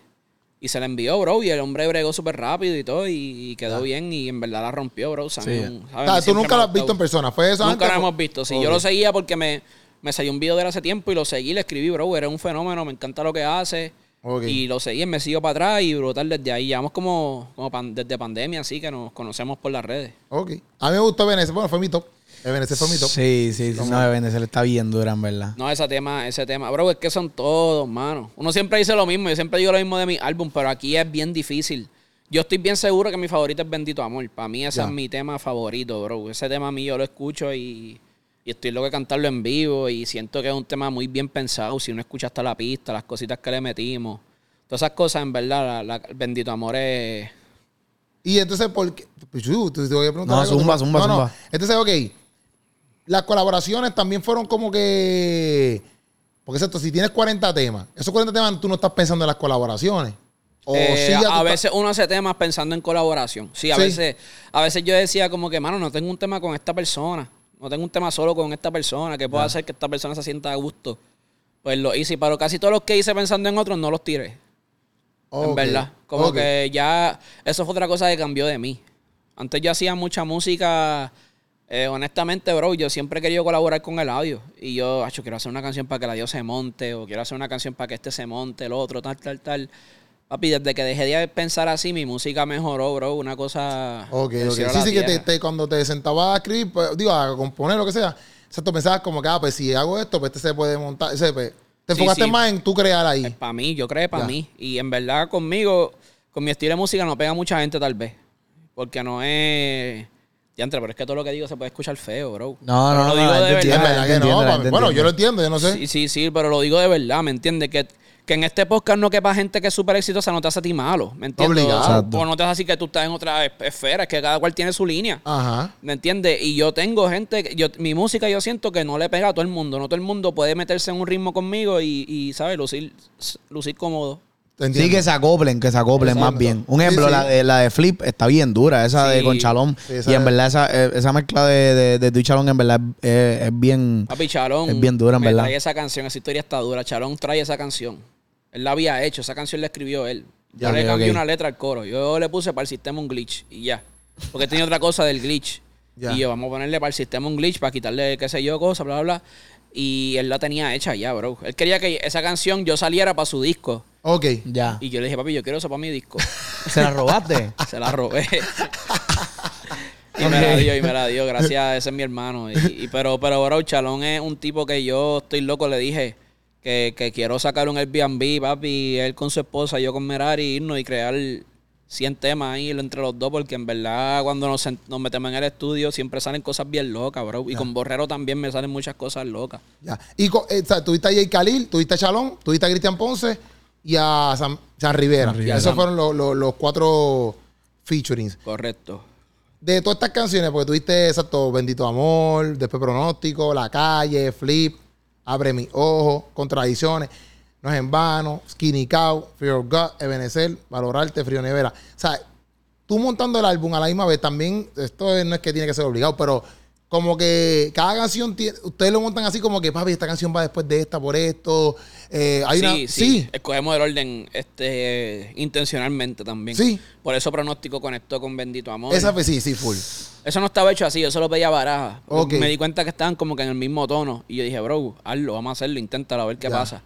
[SPEAKER 4] Y se la envió, bro, y el hombre bregó súper rápido y todo, y, y quedó bien, y en verdad la rompió, bro. San
[SPEAKER 3] Sí.
[SPEAKER 4] es un-
[SPEAKER 2] O
[SPEAKER 4] ¿sabes?
[SPEAKER 2] sea, tú
[SPEAKER 4] Siempre
[SPEAKER 2] nunca
[SPEAKER 4] me
[SPEAKER 2] lo
[SPEAKER 4] ha
[SPEAKER 2] has visto en
[SPEAKER 4] gustado.
[SPEAKER 2] persona. Fue eso
[SPEAKER 4] Nunca
[SPEAKER 2] antes?
[SPEAKER 4] lo hemos visto, sí. Yo
[SPEAKER 2] Ok.
[SPEAKER 4] lo seguía porque me, me salió un video de él hace tiempo y lo seguí, le escribí, bro, eres un fenómeno, me encanta lo que hace.
[SPEAKER 2] Ok.
[SPEAKER 4] Y lo seguí, me siguió para atrás y brutal desde ahí. Llevamos como, como pan- desde pandemia, así que nos conocemos por las redes.
[SPEAKER 2] Ok. A mí me gustó Venecia. Bueno, fue mi top. Eh, Venecia fue mi top.
[SPEAKER 3] Sí, sí, sí. No, Venezuela está bien dura, en verdad.
[SPEAKER 4] No, ese tema, ese tema. Bro, es que son todos, mano. Uno siempre dice lo mismo. Yo siempre digo lo mismo de mi álbum, pero aquí es bien difícil. Yo estoy bien seguro que mi favorito es Bendito Amor. Para mí ese
[SPEAKER 2] Ya.
[SPEAKER 4] es mi tema favorito, bro. Ese tema mío yo lo escucho y, y estoy loco de cantarlo en vivo y siento que es un tema muy bien pensado. Si uno escucha hasta la pista, las cositas que le metimos. Todas esas cosas, en verdad, la- la- Bendito Amor es...
[SPEAKER 2] Y entonces, ¿por qué? Pues, yo, tú- te voy a preguntar
[SPEAKER 3] No,
[SPEAKER 2] algo, tú-
[SPEAKER 3] zumba, zumba, zumba.
[SPEAKER 2] Entonces, ok. Las colaboraciones también fueron como que. Porque exacto, si tienes 40 temas, esos 40 temas tú no estás pensando en las colaboraciones. O
[SPEAKER 4] Eh,
[SPEAKER 2] sí, ya tú
[SPEAKER 4] a
[SPEAKER 2] estás-
[SPEAKER 4] veces uno hace temas pensando en colaboración. Sí, a
[SPEAKER 2] Sí.
[SPEAKER 4] veces, a veces yo decía como que, mano, no tengo un tema con esta persona. No tengo un tema solo con esta persona que pueda hacer que esta persona se sienta a gusto. Pues lo hice, pero casi todos los que hice pensando en otros no los tiré. En
[SPEAKER 2] Ok,
[SPEAKER 4] verdad. Como
[SPEAKER 2] ok.
[SPEAKER 4] que ya. Eso fue otra cosa que cambió de mí. Antes yo hacía mucha música. eh, honestamente, bro, yo siempre he querido colaborar con el audio. Y yo, acho, quiero hacer una canción para que el audio se monte. O quiero hacer una canción para que este se monte, el otro, tal, tal, tal. Papi, desde que dejé de pensar así, mi música mejoró, bro. Una cosa.
[SPEAKER 2] Ok,
[SPEAKER 4] del
[SPEAKER 2] ok.
[SPEAKER 4] cielo a
[SPEAKER 2] Sí,
[SPEAKER 4] la
[SPEAKER 2] sí, que te,
[SPEAKER 4] tierra.
[SPEAKER 2] te- cuando te sentabas a escribir, pues, digo, a componer, lo que sea, exacto, pensabas como que, ah, pues si hago esto, pues este se puede montar. ese, pues, te
[SPEAKER 4] Sí,
[SPEAKER 2] enfocaste
[SPEAKER 4] sí. Eh,
[SPEAKER 2] más en tú crear ahí.
[SPEAKER 4] Para mí, yo creo que para
[SPEAKER 2] Ya.
[SPEAKER 4] mí. Y en verdad, conmigo, con mi estilo de música, no pega mucha gente, tal vez. Porque no es. Diantre, pero es que todo lo que digo se puede escuchar feo, bro.
[SPEAKER 3] No,
[SPEAKER 4] Pero
[SPEAKER 3] no,
[SPEAKER 4] lo
[SPEAKER 3] no,
[SPEAKER 4] digo de
[SPEAKER 3] la
[SPEAKER 2] Es
[SPEAKER 3] gente
[SPEAKER 4] verdad.
[SPEAKER 3] entiende,
[SPEAKER 2] verdad
[SPEAKER 3] la
[SPEAKER 2] que
[SPEAKER 3] gente
[SPEAKER 2] no,
[SPEAKER 3] entiende, la
[SPEAKER 2] papi.
[SPEAKER 3] gente
[SPEAKER 2] Bueno, yo
[SPEAKER 3] entiende.
[SPEAKER 2] lo entiendo, yo no sé.
[SPEAKER 4] Sí, sí, sí, pero lo digo de verdad, ¿me entiendes? Que, que en este podcast no quepa gente que es súper exitosa, no te hace a ti malo, ¿me entiendes?
[SPEAKER 2] Obligado.
[SPEAKER 3] Exacto.
[SPEAKER 4] O no te hace así que tú estás en otra es- esfera, es que cada cual tiene su línea.
[SPEAKER 2] Ajá.
[SPEAKER 4] ¿Me entiendes? Y yo tengo gente, que- yo, mi música yo siento que no le pega a todo el mundo. No todo el mundo puede meterse en un ritmo conmigo y, y ¿sabes? Lucir, lucir cómodo.
[SPEAKER 2] Te
[SPEAKER 3] Sí, que
[SPEAKER 2] entiendo.
[SPEAKER 3] se acoplen, que se acoplen
[SPEAKER 2] Exacto.
[SPEAKER 3] más bien. Un
[SPEAKER 2] Sí,
[SPEAKER 3] ejemplo,
[SPEAKER 2] sí.
[SPEAKER 3] La, de, la de Flip está bien dura, esa de
[SPEAKER 4] Sí.
[SPEAKER 3] Conchalón.
[SPEAKER 2] Sí, esa
[SPEAKER 3] y en
[SPEAKER 2] de-
[SPEAKER 3] verdad, esa, eh, esa mezcla de, de, de tú y Chalón, en verdad, eh, es, es bien.
[SPEAKER 4] Papi, Chalón.
[SPEAKER 3] Es bien dura, en
[SPEAKER 4] me
[SPEAKER 3] verdad.
[SPEAKER 4] Trae esa canción, esa historia está dura. Chalón trae esa canción. Él la había hecho, esa canción la escribió él. Yo
[SPEAKER 3] Ya,
[SPEAKER 4] le
[SPEAKER 3] ok,
[SPEAKER 4] cambié
[SPEAKER 3] ok.
[SPEAKER 4] una letra al coro. Yo le puse para el sistema un glitch y ya. Porque tenía otra cosa del glitch.
[SPEAKER 2] Ya.
[SPEAKER 4] Y yo, vamos a ponerle para el sistema un glitch, para quitarle qué sé yo, cosa, bla, bla, bla. Y él la tenía hecha ya, bro. Él quería que esa canción yo saliera para su disco.
[SPEAKER 2] Ok.
[SPEAKER 3] Ya.
[SPEAKER 4] Y yo le dije, papi, yo quiero eso para mi disco.
[SPEAKER 3] ¿Se la robaste?
[SPEAKER 4] Se la robé. y me la
[SPEAKER 3] Ok.
[SPEAKER 4] dio, y me la dio. Gracias, a ese es mi hermano. Y, y- pero, pero bro, Chalón es un tipo que yo estoy loco, le dije. Que, que quiero sacar un Airbnb, papi, él con su esposa, yo con Merari, irnos y crear 100 temas ahí entre los dos, porque en verdad cuando nos, sent- nos metemos en el estudio siempre salen cosas bien locas, bro. Y con Borrero también me salen muchas cosas locas.
[SPEAKER 2] Ya. Y co- eh, o sea, tuviste a Jay Khalil, tuviste a Chalón, tuviste a Cristian Ponce y a San, San Rivera.
[SPEAKER 3] San Rivera.
[SPEAKER 2] Esos fueron los, los- los cuatro featurings.
[SPEAKER 4] Correcto.
[SPEAKER 2] De todas estas canciones, porque tuviste exacto, Bendito Amor, después Pronóstico, La Calle, Flip, Abre mi Ojo, Contradicciones, No es en vano, Skinny Cow, Fear of God, Ebenezer, Valorarte, Frío Nevera. O sea, tú montando el álbum a la misma vez también, esto no es que tiene que ser obligado, pero como que cada canción, tiene- ustedes lo montan así como que, papi, esta canción va después de esta por esto. eh, hay
[SPEAKER 4] sí,
[SPEAKER 2] una,
[SPEAKER 4] sí,
[SPEAKER 2] sí,
[SPEAKER 4] Escogemos el orden este, intencionalmente también.
[SPEAKER 2] Sí.
[SPEAKER 4] Por eso pronóstico conectó con Bendito Amor.
[SPEAKER 2] esa fue sí, sí, full.
[SPEAKER 4] Eso no estaba hecho así, yo solo pedía baraja.
[SPEAKER 2] Ok.
[SPEAKER 4] Me di cuenta que estaban como que en el mismo tono. Y yo dije, bro, hazlo, vamos a hacerlo, inténtalo, a ver qué
[SPEAKER 2] Ya.
[SPEAKER 4] pasa.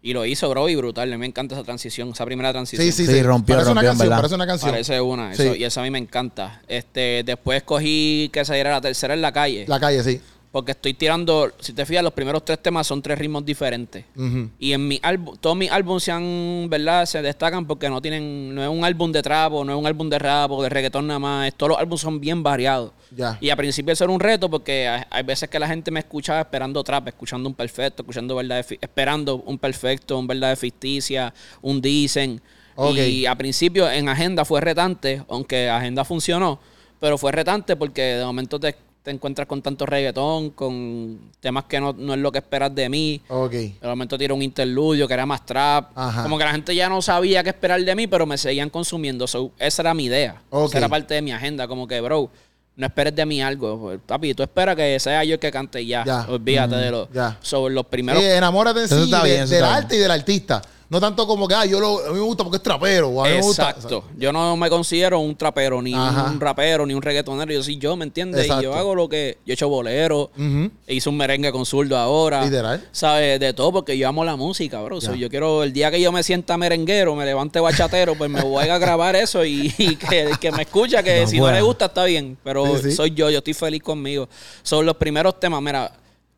[SPEAKER 4] Y lo hizo, bro, y brutal. Me encanta esa transición, esa primera
[SPEAKER 2] Sí,
[SPEAKER 4] transición.
[SPEAKER 2] sí, sí.
[SPEAKER 3] Sí, rompió,
[SPEAKER 2] parece, una
[SPEAKER 3] rompió, en
[SPEAKER 2] canción,
[SPEAKER 3] verdad.
[SPEAKER 2] parece una canción,
[SPEAKER 4] Parece una,
[SPEAKER 2] Sí.
[SPEAKER 4] eso- y eso a mí me encanta. Este, después cogí que se diera la tercera en la calle.
[SPEAKER 2] La calle, sí.
[SPEAKER 4] Porque estoy tirando, si te fijas, los primeros tres temas son tres ritmos diferentes.
[SPEAKER 2] Ujú.
[SPEAKER 4] Y en mi álbum, todos mis álbumes se han, ¿verdad? Se destacan porque no tienen, no es un álbum de trapo, no es un álbum de rap o de reggaetón nada más. Todos los álbumes son bien variados.
[SPEAKER 2] Ya.
[SPEAKER 4] Y a principio eso era un reto porque hay- hay veces que la gente me escuchaba esperando trap, escuchando un perfecto, escuchando verdad de fi- esperando un perfecto, un verdad de ficticia, un dicen.
[SPEAKER 2] Ok.
[SPEAKER 4] Y a principio en agenda fue retante, aunque agenda funcionó, pero fue retante porque de momento te, te encuentras con tanto reggaetón, con temas que no, no es lo que esperas de mí.
[SPEAKER 2] Ok.
[SPEAKER 4] De momento tiró un interludio que era más trap.
[SPEAKER 2] Ajá.
[SPEAKER 4] Como que la gente ya no sabía qué esperar de mí, pero me seguían consumiendo. So, esa era mi idea.
[SPEAKER 2] Ok.
[SPEAKER 4] Esa era parte de mi agenda. Como que, bro, no esperes de mí algo. Papi, tú espera que sea yo el que cante y ya.
[SPEAKER 2] Ya.
[SPEAKER 4] Olvídate de los.
[SPEAKER 2] ya.
[SPEAKER 4] So, los primeros.
[SPEAKER 2] Sí, Eh, enamórate en
[SPEAKER 3] Eso
[SPEAKER 2] sí
[SPEAKER 3] está
[SPEAKER 2] de-
[SPEAKER 3] bien, eso
[SPEAKER 2] del
[SPEAKER 3] está
[SPEAKER 2] arte y del artista. No tanto como que, ah, yo lo, a mí me gusta porque es trapero. o a mí me gusta-
[SPEAKER 4] Exacto. Yo no me considero un trapero, ni
[SPEAKER 2] Ajá.
[SPEAKER 4] un rapero, ni un reggaetonero. Yo soy yo, ¿me entiendes? Y
[SPEAKER 2] Exacto.
[SPEAKER 4] yo hago lo que. Yo he hecho bolero.
[SPEAKER 2] Ujú.
[SPEAKER 4] Hice un merengue con zurdo ahora.
[SPEAKER 2] Literal.
[SPEAKER 4] ¿Sabes? De todo, porque yo amo la música, bro. So,
[SPEAKER 2] Ya.
[SPEAKER 4] yo quiero, el día que yo me sienta merenguero, me levante bachatero, pues me voy a grabar eso y, y que el que me escucha, que
[SPEAKER 3] No,
[SPEAKER 4] si no
[SPEAKER 3] bueno.
[SPEAKER 4] le gusta está bien, pero
[SPEAKER 2] Sí, sí.
[SPEAKER 4] soy yo, yo estoy feliz conmigo. Son los primeros temas, mira,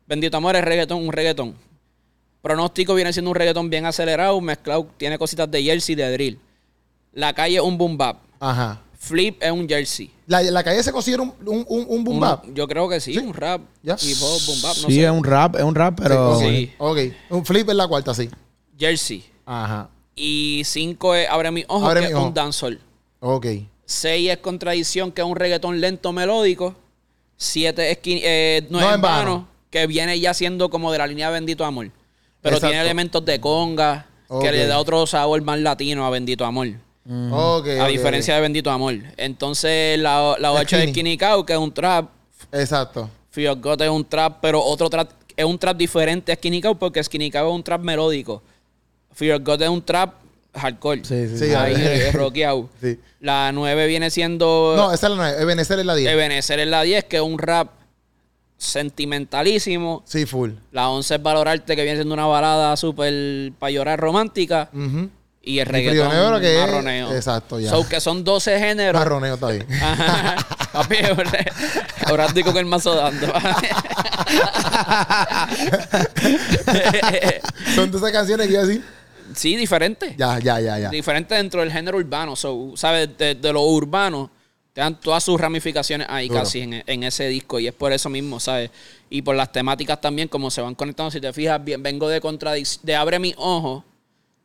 [SPEAKER 4] Bendito Amor es reggaetón, un reggaetón. Pronóstico viene siendo un reggaetón bien acelerado, mezclado, tiene cositas de jersey, de drill. La calle es un boom bap.
[SPEAKER 2] Ajá.
[SPEAKER 4] Flip es un jersey.
[SPEAKER 2] La, la calle se considera un, un, un, un boom
[SPEAKER 4] Un-
[SPEAKER 2] bap.
[SPEAKER 4] yo creo que sí,
[SPEAKER 2] Sí.
[SPEAKER 4] un rap.
[SPEAKER 2] Ya.
[SPEAKER 4] Hip hop, boom bap, no
[SPEAKER 3] sí,
[SPEAKER 4] sé.
[SPEAKER 3] es un rap, es un rap, pero.
[SPEAKER 2] Sí, ok.
[SPEAKER 4] pues Sí.
[SPEAKER 2] ok. Un flip es la cuarta, sí.
[SPEAKER 4] Jersey.
[SPEAKER 2] Ajá.
[SPEAKER 4] Y 5 es Abre mis ojos,
[SPEAKER 2] Abre
[SPEAKER 4] que
[SPEAKER 2] mis
[SPEAKER 4] es
[SPEAKER 2] ojos.
[SPEAKER 4] un dancehall.
[SPEAKER 2] Ok.
[SPEAKER 4] 6 es Contradicción, que es un reggaetón lento melódico. 7 es qui- eh, No, es en vano, que viene ya siendo como de la línea Bendito Amor. Pero tiene
[SPEAKER 2] Exacto.
[SPEAKER 4] elementos de conga,
[SPEAKER 2] Ok.
[SPEAKER 4] que le da otro sabor más latino a Bendito Amor.
[SPEAKER 3] Mm.
[SPEAKER 2] Ok.
[SPEAKER 4] a
[SPEAKER 2] ok,
[SPEAKER 4] diferencia de Bendito Amor. Entonces, la, la 8
[SPEAKER 2] Skinny.
[SPEAKER 4] es Skinny Cow, que es un trap.
[SPEAKER 2] ok. Exacto.
[SPEAKER 4] Fear of God es un trap, pero otro trap es un trap diferente a Skinny Cow porque Skinny Cow es un trap melódico. Fear of God es un trap hardcore.
[SPEAKER 3] Sí, sí,
[SPEAKER 2] Sí,
[SPEAKER 4] Ahí
[SPEAKER 2] ahí.
[SPEAKER 4] es rockeado.
[SPEAKER 2] Sí.
[SPEAKER 4] La 9 viene siendo
[SPEAKER 2] No, esa es la nueve. Ebenezer es la diez.
[SPEAKER 4] Ebenezer en la 10, que es un rap sentimentalísimo.
[SPEAKER 2] Sí, full.
[SPEAKER 4] La 11 es Valorarte, que viene siendo una balada súper para llorar romántica.
[SPEAKER 2] Ujú.
[SPEAKER 4] Y el
[SPEAKER 2] Frío
[SPEAKER 4] reggaetón
[SPEAKER 2] Negro, que es-
[SPEAKER 4] marroneo.
[SPEAKER 2] exacto, ya.
[SPEAKER 4] So, que son 12 géneros.
[SPEAKER 2] Marroneo está ahí.
[SPEAKER 4] Ajá. Papi, ahora digo que el mazo dando.
[SPEAKER 2] Son todas esas canciones que yo decir.
[SPEAKER 4] sí, diferente.
[SPEAKER 2] Ya, ya, ya, ya.
[SPEAKER 4] Diferente dentro del género urbano. So, ¿Sabes? De, de lo urbano, te dan todas sus ramificaciones ahí
[SPEAKER 2] Duro.
[SPEAKER 4] casi en, en ese disco. Y es por eso mismo, ¿sabes? Y por las temáticas también, como se van conectando. Si te fijas, bien, vengo de contradicción, de Abre mis ojos,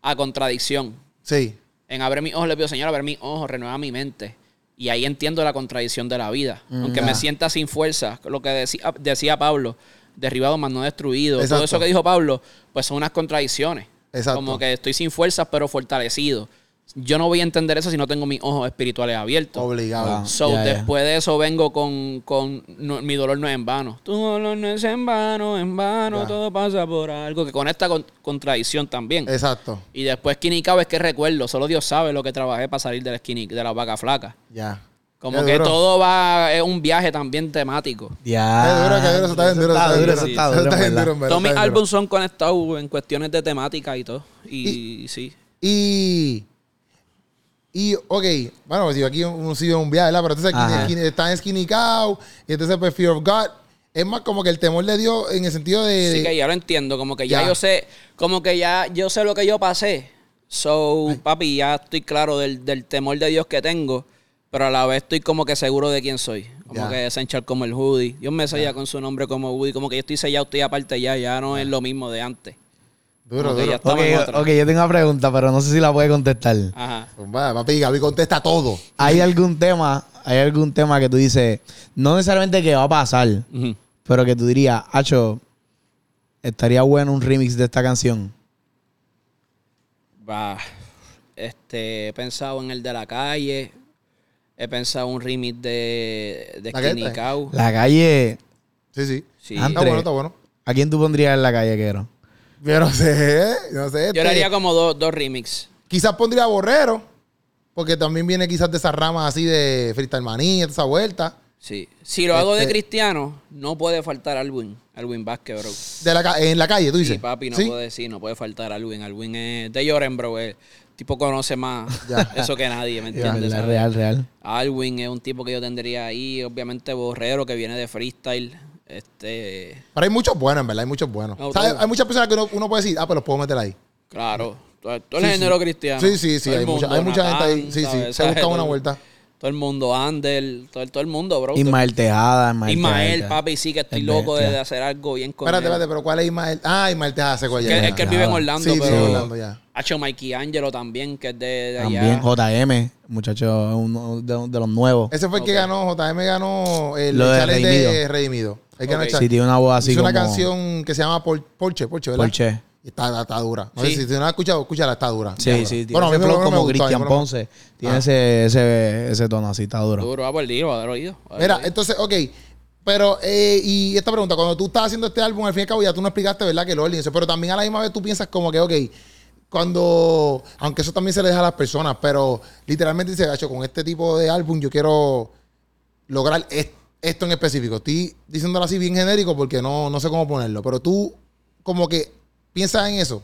[SPEAKER 4] a contradicción.
[SPEAKER 2] Sí.
[SPEAKER 4] En abrir mis ojos le pido, Señor, abre mis ojos, renueva mi mente. Y ahí entiendo la contradicción de la vida.
[SPEAKER 2] Mm,
[SPEAKER 4] Aunque me sienta sin fuerza, lo que decía, decía Pablo, derribado más no destruido.
[SPEAKER 2] Exacto.
[SPEAKER 4] Todo eso que dijo Pablo, pues son unas contradicciones.
[SPEAKER 2] Exacto.
[SPEAKER 4] Como que estoy sin fuerzas, pero fortalecido. Yo no voy a entender eso si no tengo mis ojos espirituales abiertos.
[SPEAKER 2] Obligado.
[SPEAKER 3] Wow.
[SPEAKER 4] So,
[SPEAKER 3] Ah, Ya, ya.
[SPEAKER 4] después de eso vengo con, con no- mi dolor no es en vano. Tu dolor no es en vano, en vano,
[SPEAKER 2] Ya.
[SPEAKER 4] todo pasa por algo. Que con esta con- contradicción también.
[SPEAKER 2] Exacto.
[SPEAKER 4] Y después Skinny Cow es que recuerdo, solo Dios sabe lo que trabajé para salir del skinny, de la vaca flaca.
[SPEAKER 2] Ya.
[SPEAKER 4] Como
[SPEAKER 2] Qué
[SPEAKER 4] que
[SPEAKER 2] duro.
[SPEAKER 4] todo va, es un viaje también temático.
[SPEAKER 3] Ya.
[SPEAKER 2] Qué Eh, duro, qué duro, eso está bien duro, eso está bien
[SPEAKER 3] duro, Ah, eso
[SPEAKER 2] duro.
[SPEAKER 3] está
[SPEAKER 2] Eso
[SPEAKER 3] duro,
[SPEAKER 2] está
[SPEAKER 3] en
[SPEAKER 2] bien
[SPEAKER 3] verdad.
[SPEAKER 2] duro, en verdad,
[SPEAKER 4] Todos mis
[SPEAKER 2] está bien duro.
[SPEAKER 4] álbumes son conectados en cuestiones de temática y todo. Y, sí.
[SPEAKER 2] Y. Y, ok, bueno, pues yo aquí un, un sitio un viaje, ¿verdad? Pero entonces aquí
[SPEAKER 3] Ajá.
[SPEAKER 2] Skinny- está en Skinny Cow, y entonces pues Fear of God. Es más como que el temor le dio en el sentido de.
[SPEAKER 4] Así que ya lo entiendo, como que ya,
[SPEAKER 2] eh, Ya.
[SPEAKER 4] yo sé, como que ya yo sé lo que yo pasé. So, papi, ya estoy claro del, del temor de Dios que tengo, pero a la vez estoy como que seguro de quién soy. Como
[SPEAKER 2] Ya.
[SPEAKER 4] que Essential como el Hoodie. Dios me sella con su nombre como Woody, como que yo estoy sellado, estoy aparte ya, ya no es lo mismo de antes.
[SPEAKER 2] duro,
[SPEAKER 4] como que
[SPEAKER 2] duro.
[SPEAKER 4] ya está. Estamos en
[SPEAKER 3] Ok,
[SPEAKER 4] otra.
[SPEAKER 3] ok, yo tengo una pregunta, pero no sé si la puede contestar.
[SPEAKER 4] Ajá.
[SPEAKER 2] Pues, Va, papi, Gaby contesta todo.
[SPEAKER 3] ¿Hay algún tema, hay algún tema que tú dices, no necesariamente que va a pasar,
[SPEAKER 4] Ujú.
[SPEAKER 3] pero que tú dirías, Hacho, estaría bueno un remix de esta canción?
[SPEAKER 4] Bah, este, he pensado en el de la calle. He pensado un remix de, de
[SPEAKER 2] ¿La
[SPEAKER 4] Skinny
[SPEAKER 2] gente?
[SPEAKER 4] Cow.
[SPEAKER 3] La calle,
[SPEAKER 2] Sí, sí.
[SPEAKER 4] Sí.
[SPEAKER 2] Está
[SPEAKER 3] Andre.
[SPEAKER 2] bueno, está bueno.
[SPEAKER 3] ¿a quién tú pondrías en la calle, Quero?
[SPEAKER 2] Yo no sé, yo no sé.
[SPEAKER 4] Yo
[SPEAKER 2] este,
[SPEAKER 4] le haría como dos dos remix.
[SPEAKER 2] Quizás pondría Borrero, porque también viene quizás de esas ramas así de Freestyle Manía, toda esa vuelta.
[SPEAKER 4] Sí. Si lo hago de
[SPEAKER 2] Este-
[SPEAKER 4] cristiano, no puede faltar Alwin. Alwin Vázquez, bro.
[SPEAKER 2] De la, ca- en la calle, tú
[SPEAKER 4] Sí,
[SPEAKER 2] dices.
[SPEAKER 4] papi, no
[SPEAKER 2] ¿Sí?
[SPEAKER 4] puede decir, no puede faltar Alwin. Alwin es de Lloren, bro. El tipo conoce más eso que nadie, ¿me entiendes?
[SPEAKER 3] La
[SPEAKER 4] ¿Sabes?
[SPEAKER 3] real, real.
[SPEAKER 4] Alwin es un tipo que yo tendría ahí. Obviamente Borrero, que viene de freestyle. Este,
[SPEAKER 2] Pero hay muchos buenos, en verdad, hay muchos buenos.
[SPEAKER 4] No,
[SPEAKER 2] O sea, hay-
[SPEAKER 4] todo.
[SPEAKER 2] hay muchas personas que uno, uno puede decir, ah, pues los puedo meter ahí.
[SPEAKER 4] Claro, todo, todo el género cristiano.
[SPEAKER 2] Sí, sí, sí,
[SPEAKER 4] Todo el
[SPEAKER 2] hay mucha-
[SPEAKER 4] mundo,
[SPEAKER 2] hay mucha gente ahí,
[SPEAKER 4] Natán,
[SPEAKER 2] sí, sí,
[SPEAKER 4] ¿sabes?
[SPEAKER 2] se busca
[SPEAKER 4] Todo
[SPEAKER 2] una
[SPEAKER 4] el-
[SPEAKER 2] vuelta.
[SPEAKER 4] Todo el mundo, Ander, todo, el- todo el mundo, bro.
[SPEAKER 3] Ismael Tejada,
[SPEAKER 4] Todo-
[SPEAKER 3] Ismael,
[SPEAKER 4] Ismael,
[SPEAKER 3] Tejada.
[SPEAKER 4] papi, sí que estoy
[SPEAKER 3] El
[SPEAKER 4] loco de,
[SPEAKER 3] bestia.
[SPEAKER 4] hacer algo bien con
[SPEAKER 2] espérate,
[SPEAKER 4] él.
[SPEAKER 2] espérate, pero ¿cuál es Ismael? Ah, Ismael Tejada se cuál
[SPEAKER 4] Que-
[SPEAKER 2] ya, ya,
[SPEAKER 4] es que él
[SPEAKER 2] ya.
[SPEAKER 4] vive en Orlando,
[SPEAKER 2] Sí, sí,
[SPEAKER 4] pero...
[SPEAKER 2] Orlando, ya.
[SPEAKER 4] Hacho Mikey Angelo también, que es de, de allá.
[SPEAKER 3] También JM, muchacho uno de, de los nuevos.
[SPEAKER 2] Ese fue el
[SPEAKER 4] Ok.
[SPEAKER 2] que ganó, JM ganó el
[SPEAKER 3] Lo de
[SPEAKER 2] challenge de
[SPEAKER 3] Redimido.
[SPEAKER 2] Redimido. Él ganó el
[SPEAKER 4] Ok.
[SPEAKER 2] challenge.
[SPEAKER 3] Sí, tiene una voz así
[SPEAKER 2] Hizo una
[SPEAKER 3] como-
[SPEAKER 2] canción que se llama Por- Porche, Porche, ¿verdad?
[SPEAKER 3] Porche.
[SPEAKER 2] Y Está, está, está dura. No
[SPEAKER 4] Sí.
[SPEAKER 2] sé si tú no la has escuchado, escúchala, está dura.
[SPEAKER 3] Sí,
[SPEAKER 2] Ya.
[SPEAKER 3] sí, tiene
[SPEAKER 2] Bueno, a mí
[SPEAKER 3] ese
[SPEAKER 2] me,
[SPEAKER 3] flow
[SPEAKER 2] me
[SPEAKER 3] como
[SPEAKER 2] gustó, a mí
[SPEAKER 3] Cristian
[SPEAKER 2] me-
[SPEAKER 3] Ponce. Tiene
[SPEAKER 2] Ah.
[SPEAKER 3] ese, ese, ese tono así, está duro.
[SPEAKER 4] Duro, haber oído, haber oído. haber
[SPEAKER 2] Mira,
[SPEAKER 4] oído.
[SPEAKER 2] entonces, ok. Pero, eh, y esta pregunta, cuando tú estás haciendo este álbum, al fin y al cabo, ya tú no explicaste, ¿verdad? Que lo orden y eso, Pero también a la misma vez tú piensas como que, ok, cuando. Aunque eso también se le deja a las personas, pero literalmente dice, gacho, con este tipo de álbum yo quiero lograr es- esto en específico. Estoy diciéndolo así bien genérico porque no, no sé cómo ponerlo. Pero tú, como que piensas en eso.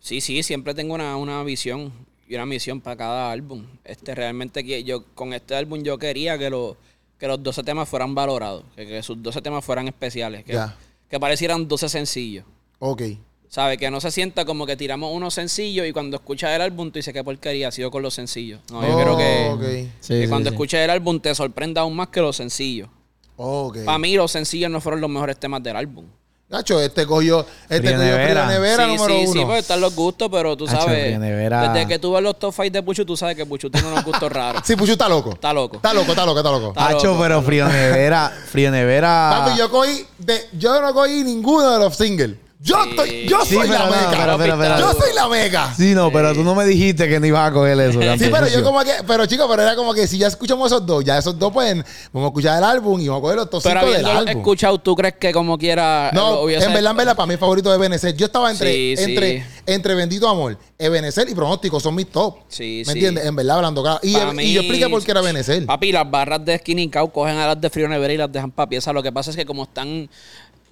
[SPEAKER 4] Sí, sí, siempre tengo una, una visión y una misión para cada álbum. Este realmente que yo con este álbum yo quería que los que los 12 temas fueran valorados, que, que sus 12 temas fueran especiales, que,
[SPEAKER 2] Ya.
[SPEAKER 4] que parecieran 12 sencillos.
[SPEAKER 2] Ok.
[SPEAKER 4] ¿Sabes? Que no se sienta como que tiramos uno sencillo y cuando escuchas el álbum tú dices qué porquería ha sido con los sencillos. No, yo quiero que,
[SPEAKER 2] Oh, Ok.
[SPEAKER 3] Sí,
[SPEAKER 4] que
[SPEAKER 3] sí,
[SPEAKER 4] cuando
[SPEAKER 3] sí.
[SPEAKER 4] escuches el álbum te sorprenda aún más que los sencillos.
[SPEAKER 2] Ok.
[SPEAKER 4] Para mí los sencillos no fueron los mejores temas del álbum.
[SPEAKER 2] Gacho, este cogió, este
[SPEAKER 3] Fría
[SPEAKER 2] cogió Fría
[SPEAKER 3] Nevera.
[SPEAKER 2] Nevera
[SPEAKER 4] sí,
[SPEAKER 2] número
[SPEAKER 4] sí, sí, pues.
[SPEAKER 2] uno.
[SPEAKER 4] porque están los gustos, pero tú
[SPEAKER 3] Hacho,
[SPEAKER 4] sabes.
[SPEAKER 3] Río Nevera.
[SPEAKER 4] Desde que tú ves los top 5 de Puchu, tú sabes que Puchu tiene unos gustos raros.
[SPEAKER 2] Sí, Puchu está loco.
[SPEAKER 4] Está loco.
[SPEAKER 2] Está loco, está loco, está loco.
[SPEAKER 4] Está
[SPEAKER 3] Hacho,
[SPEAKER 4] loco,
[SPEAKER 3] pero Frío Nevera, Frío Nevera.
[SPEAKER 2] Papi, yo cogí de- yo no cogí ninguno de los singles. Yo estoy, yo
[SPEAKER 3] Sí,
[SPEAKER 2] soy
[SPEAKER 3] pero
[SPEAKER 2] la
[SPEAKER 3] no,
[SPEAKER 2] meca.
[SPEAKER 3] pero, pero, pero-
[SPEAKER 2] yo soy la meca. Sí,
[SPEAKER 3] Sí, no, pero tú no me dijiste que no ibas a coger eso. campeón
[SPEAKER 2] pero yo
[SPEAKER 3] sucio.
[SPEAKER 2] como que, pero chicos, pero era como que si ya escuchamos esos dos, ya esos dos pues vamos a escuchar el álbum y vamos a coger los dos
[SPEAKER 4] Pero
[SPEAKER 2] cinco del
[SPEAKER 4] habiéndolo
[SPEAKER 2] álbum.
[SPEAKER 4] escuchado, ¿tú crees que como quiera lo
[SPEAKER 2] No,
[SPEAKER 4] hubiese-
[SPEAKER 2] en verdad, en verdad, para mí el favorito es Ebenezer. Yo estaba entre,
[SPEAKER 4] Sí, sí.
[SPEAKER 2] entre, entre Bendito Amor, Ebenezer y Pronóstico, son mis top.
[SPEAKER 4] Sí,
[SPEAKER 2] ¿Me
[SPEAKER 4] sí.
[SPEAKER 2] entiendes? En verdad, hablando claro. Y,
[SPEAKER 4] Para
[SPEAKER 2] y
[SPEAKER 4] mí-
[SPEAKER 2] yo expliqué por qué era Ebenezer.
[SPEAKER 4] Papi, las barras de Skinny Cow cogen a las de Frío Nevera y las dejan para pieza. Lo que pasa es que como están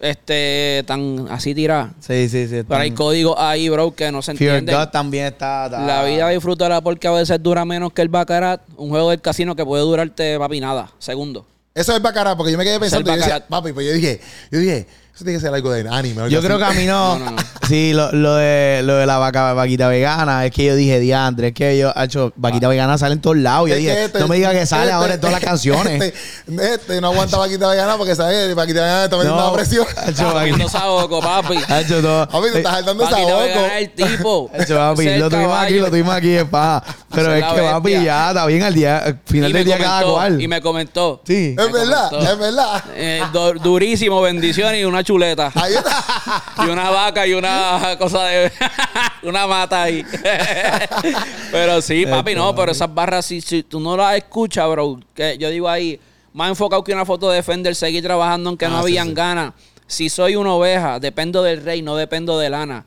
[SPEAKER 4] este tan así tiradas,
[SPEAKER 3] Sí, sí, sí.
[SPEAKER 4] pero hay
[SPEAKER 3] están-
[SPEAKER 4] códigos ahí, bro, que no se
[SPEAKER 3] Mm. Fear
[SPEAKER 4] entienden.
[SPEAKER 3] God también está. está-
[SPEAKER 4] La vida disfrútala porque a veces dura menos que el Baccarat. Un juego del casino que puede durarte, papi, nada, segundo.
[SPEAKER 2] Eso es Baccarat, porque yo me quedé
[SPEAKER 4] es
[SPEAKER 2] pensando. y yo decía,
[SPEAKER 4] Baccarat.
[SPEAKER 2] papi, pues yo dije, yo dije, Eso tiene que ser algo de anime. algo
[SPEAKER 3] Yo
[SPEAKER 2] así.
[SPEAKER 3] creo que a mí no.
[SPEAKER 4] No, no, no.
[SPEAKER 3] Sí, lo, lo de, lo de la vaca, vaquita vegana, es que yo dije, diantre, es que yo, hecho, vaquita vegana sale en todos lados. Yo
[SPEAKER 2] Ah. Es
[SPEAKER 3] dije,
[SPEAKER 2] que este-
[SPEAKER 3] no me digas que sale
[SPEAKER 2] este-
[SPEAKER 3] ahora en todas las canciones.
[SPEAKER 2] Este, este no aguanta Vaquita Vegana porque sabe que Vaquita Vegana está metiendo
[SPEAKER 3] no,
[SPEAKER 2] la presión.
[SPEAKER 4] Ah,
[SPEAKER 3] Hacho, vaquita-
[SPEAKER 4] Comiendo saoco, papi.
[SPEAKER 3] hacho, todo.
[SPEAKER 2] Papi, te estás saltando esa
[SPEAKER 4] Papi, te va a ganar
[SPEAKER 2] boca.
[SPEAKER 4] el tipo.
[SPEAKER 3] Hacho, Eh, papi,
[SPEAKER 4] Ese es el
[SPEAKER 3] lo tuvimos aquí,
[SPEAKER 4] caballo.
[SPEAKER 3] lo tuvimos aquí, es paja. Pero
[SPEAKER 4] Soy
[SPEAKER 3] es
[SPEAKER 4] la
[SPEAKER 3] que, papi,
[SPEAKER 4] bestia.
[SPEAKER 3] ya está bien al día, al final
[SPEAKER 4] Y me
[SPEAKER 3] del día cada
[SPEAKER 4] comentó,
[SPEAKER 3] cual.
[SPEAKER 4] Y me comentó.
[SPEAKER 3] Sí.
[SPEAKER 2] Es verdad,
[SPEAKER 4] comentó.
[SPEAKER 2] es verdad.
[SPEAKER 4] Eh, du- durísimo, bendiciones y una chuleta.
[SPEAKER 2] Ahí está.
[SPEAKER 4] Y una vaca y una cosa de. una mata ahí. pero sí, papi, no, pero esas barras, si, si tú no las escuchas, bro, que yo digo ahí, más enfocado que una foto de Fender, seguí trabajando aunque no
[SPEAKER 3] Ah, sí,
[SPEAKER 4] habían
[SPEAKER 3] sí.
[SPEAKER 4] ganas. Si soy una oveja, dependo del rey, no dependo de lana.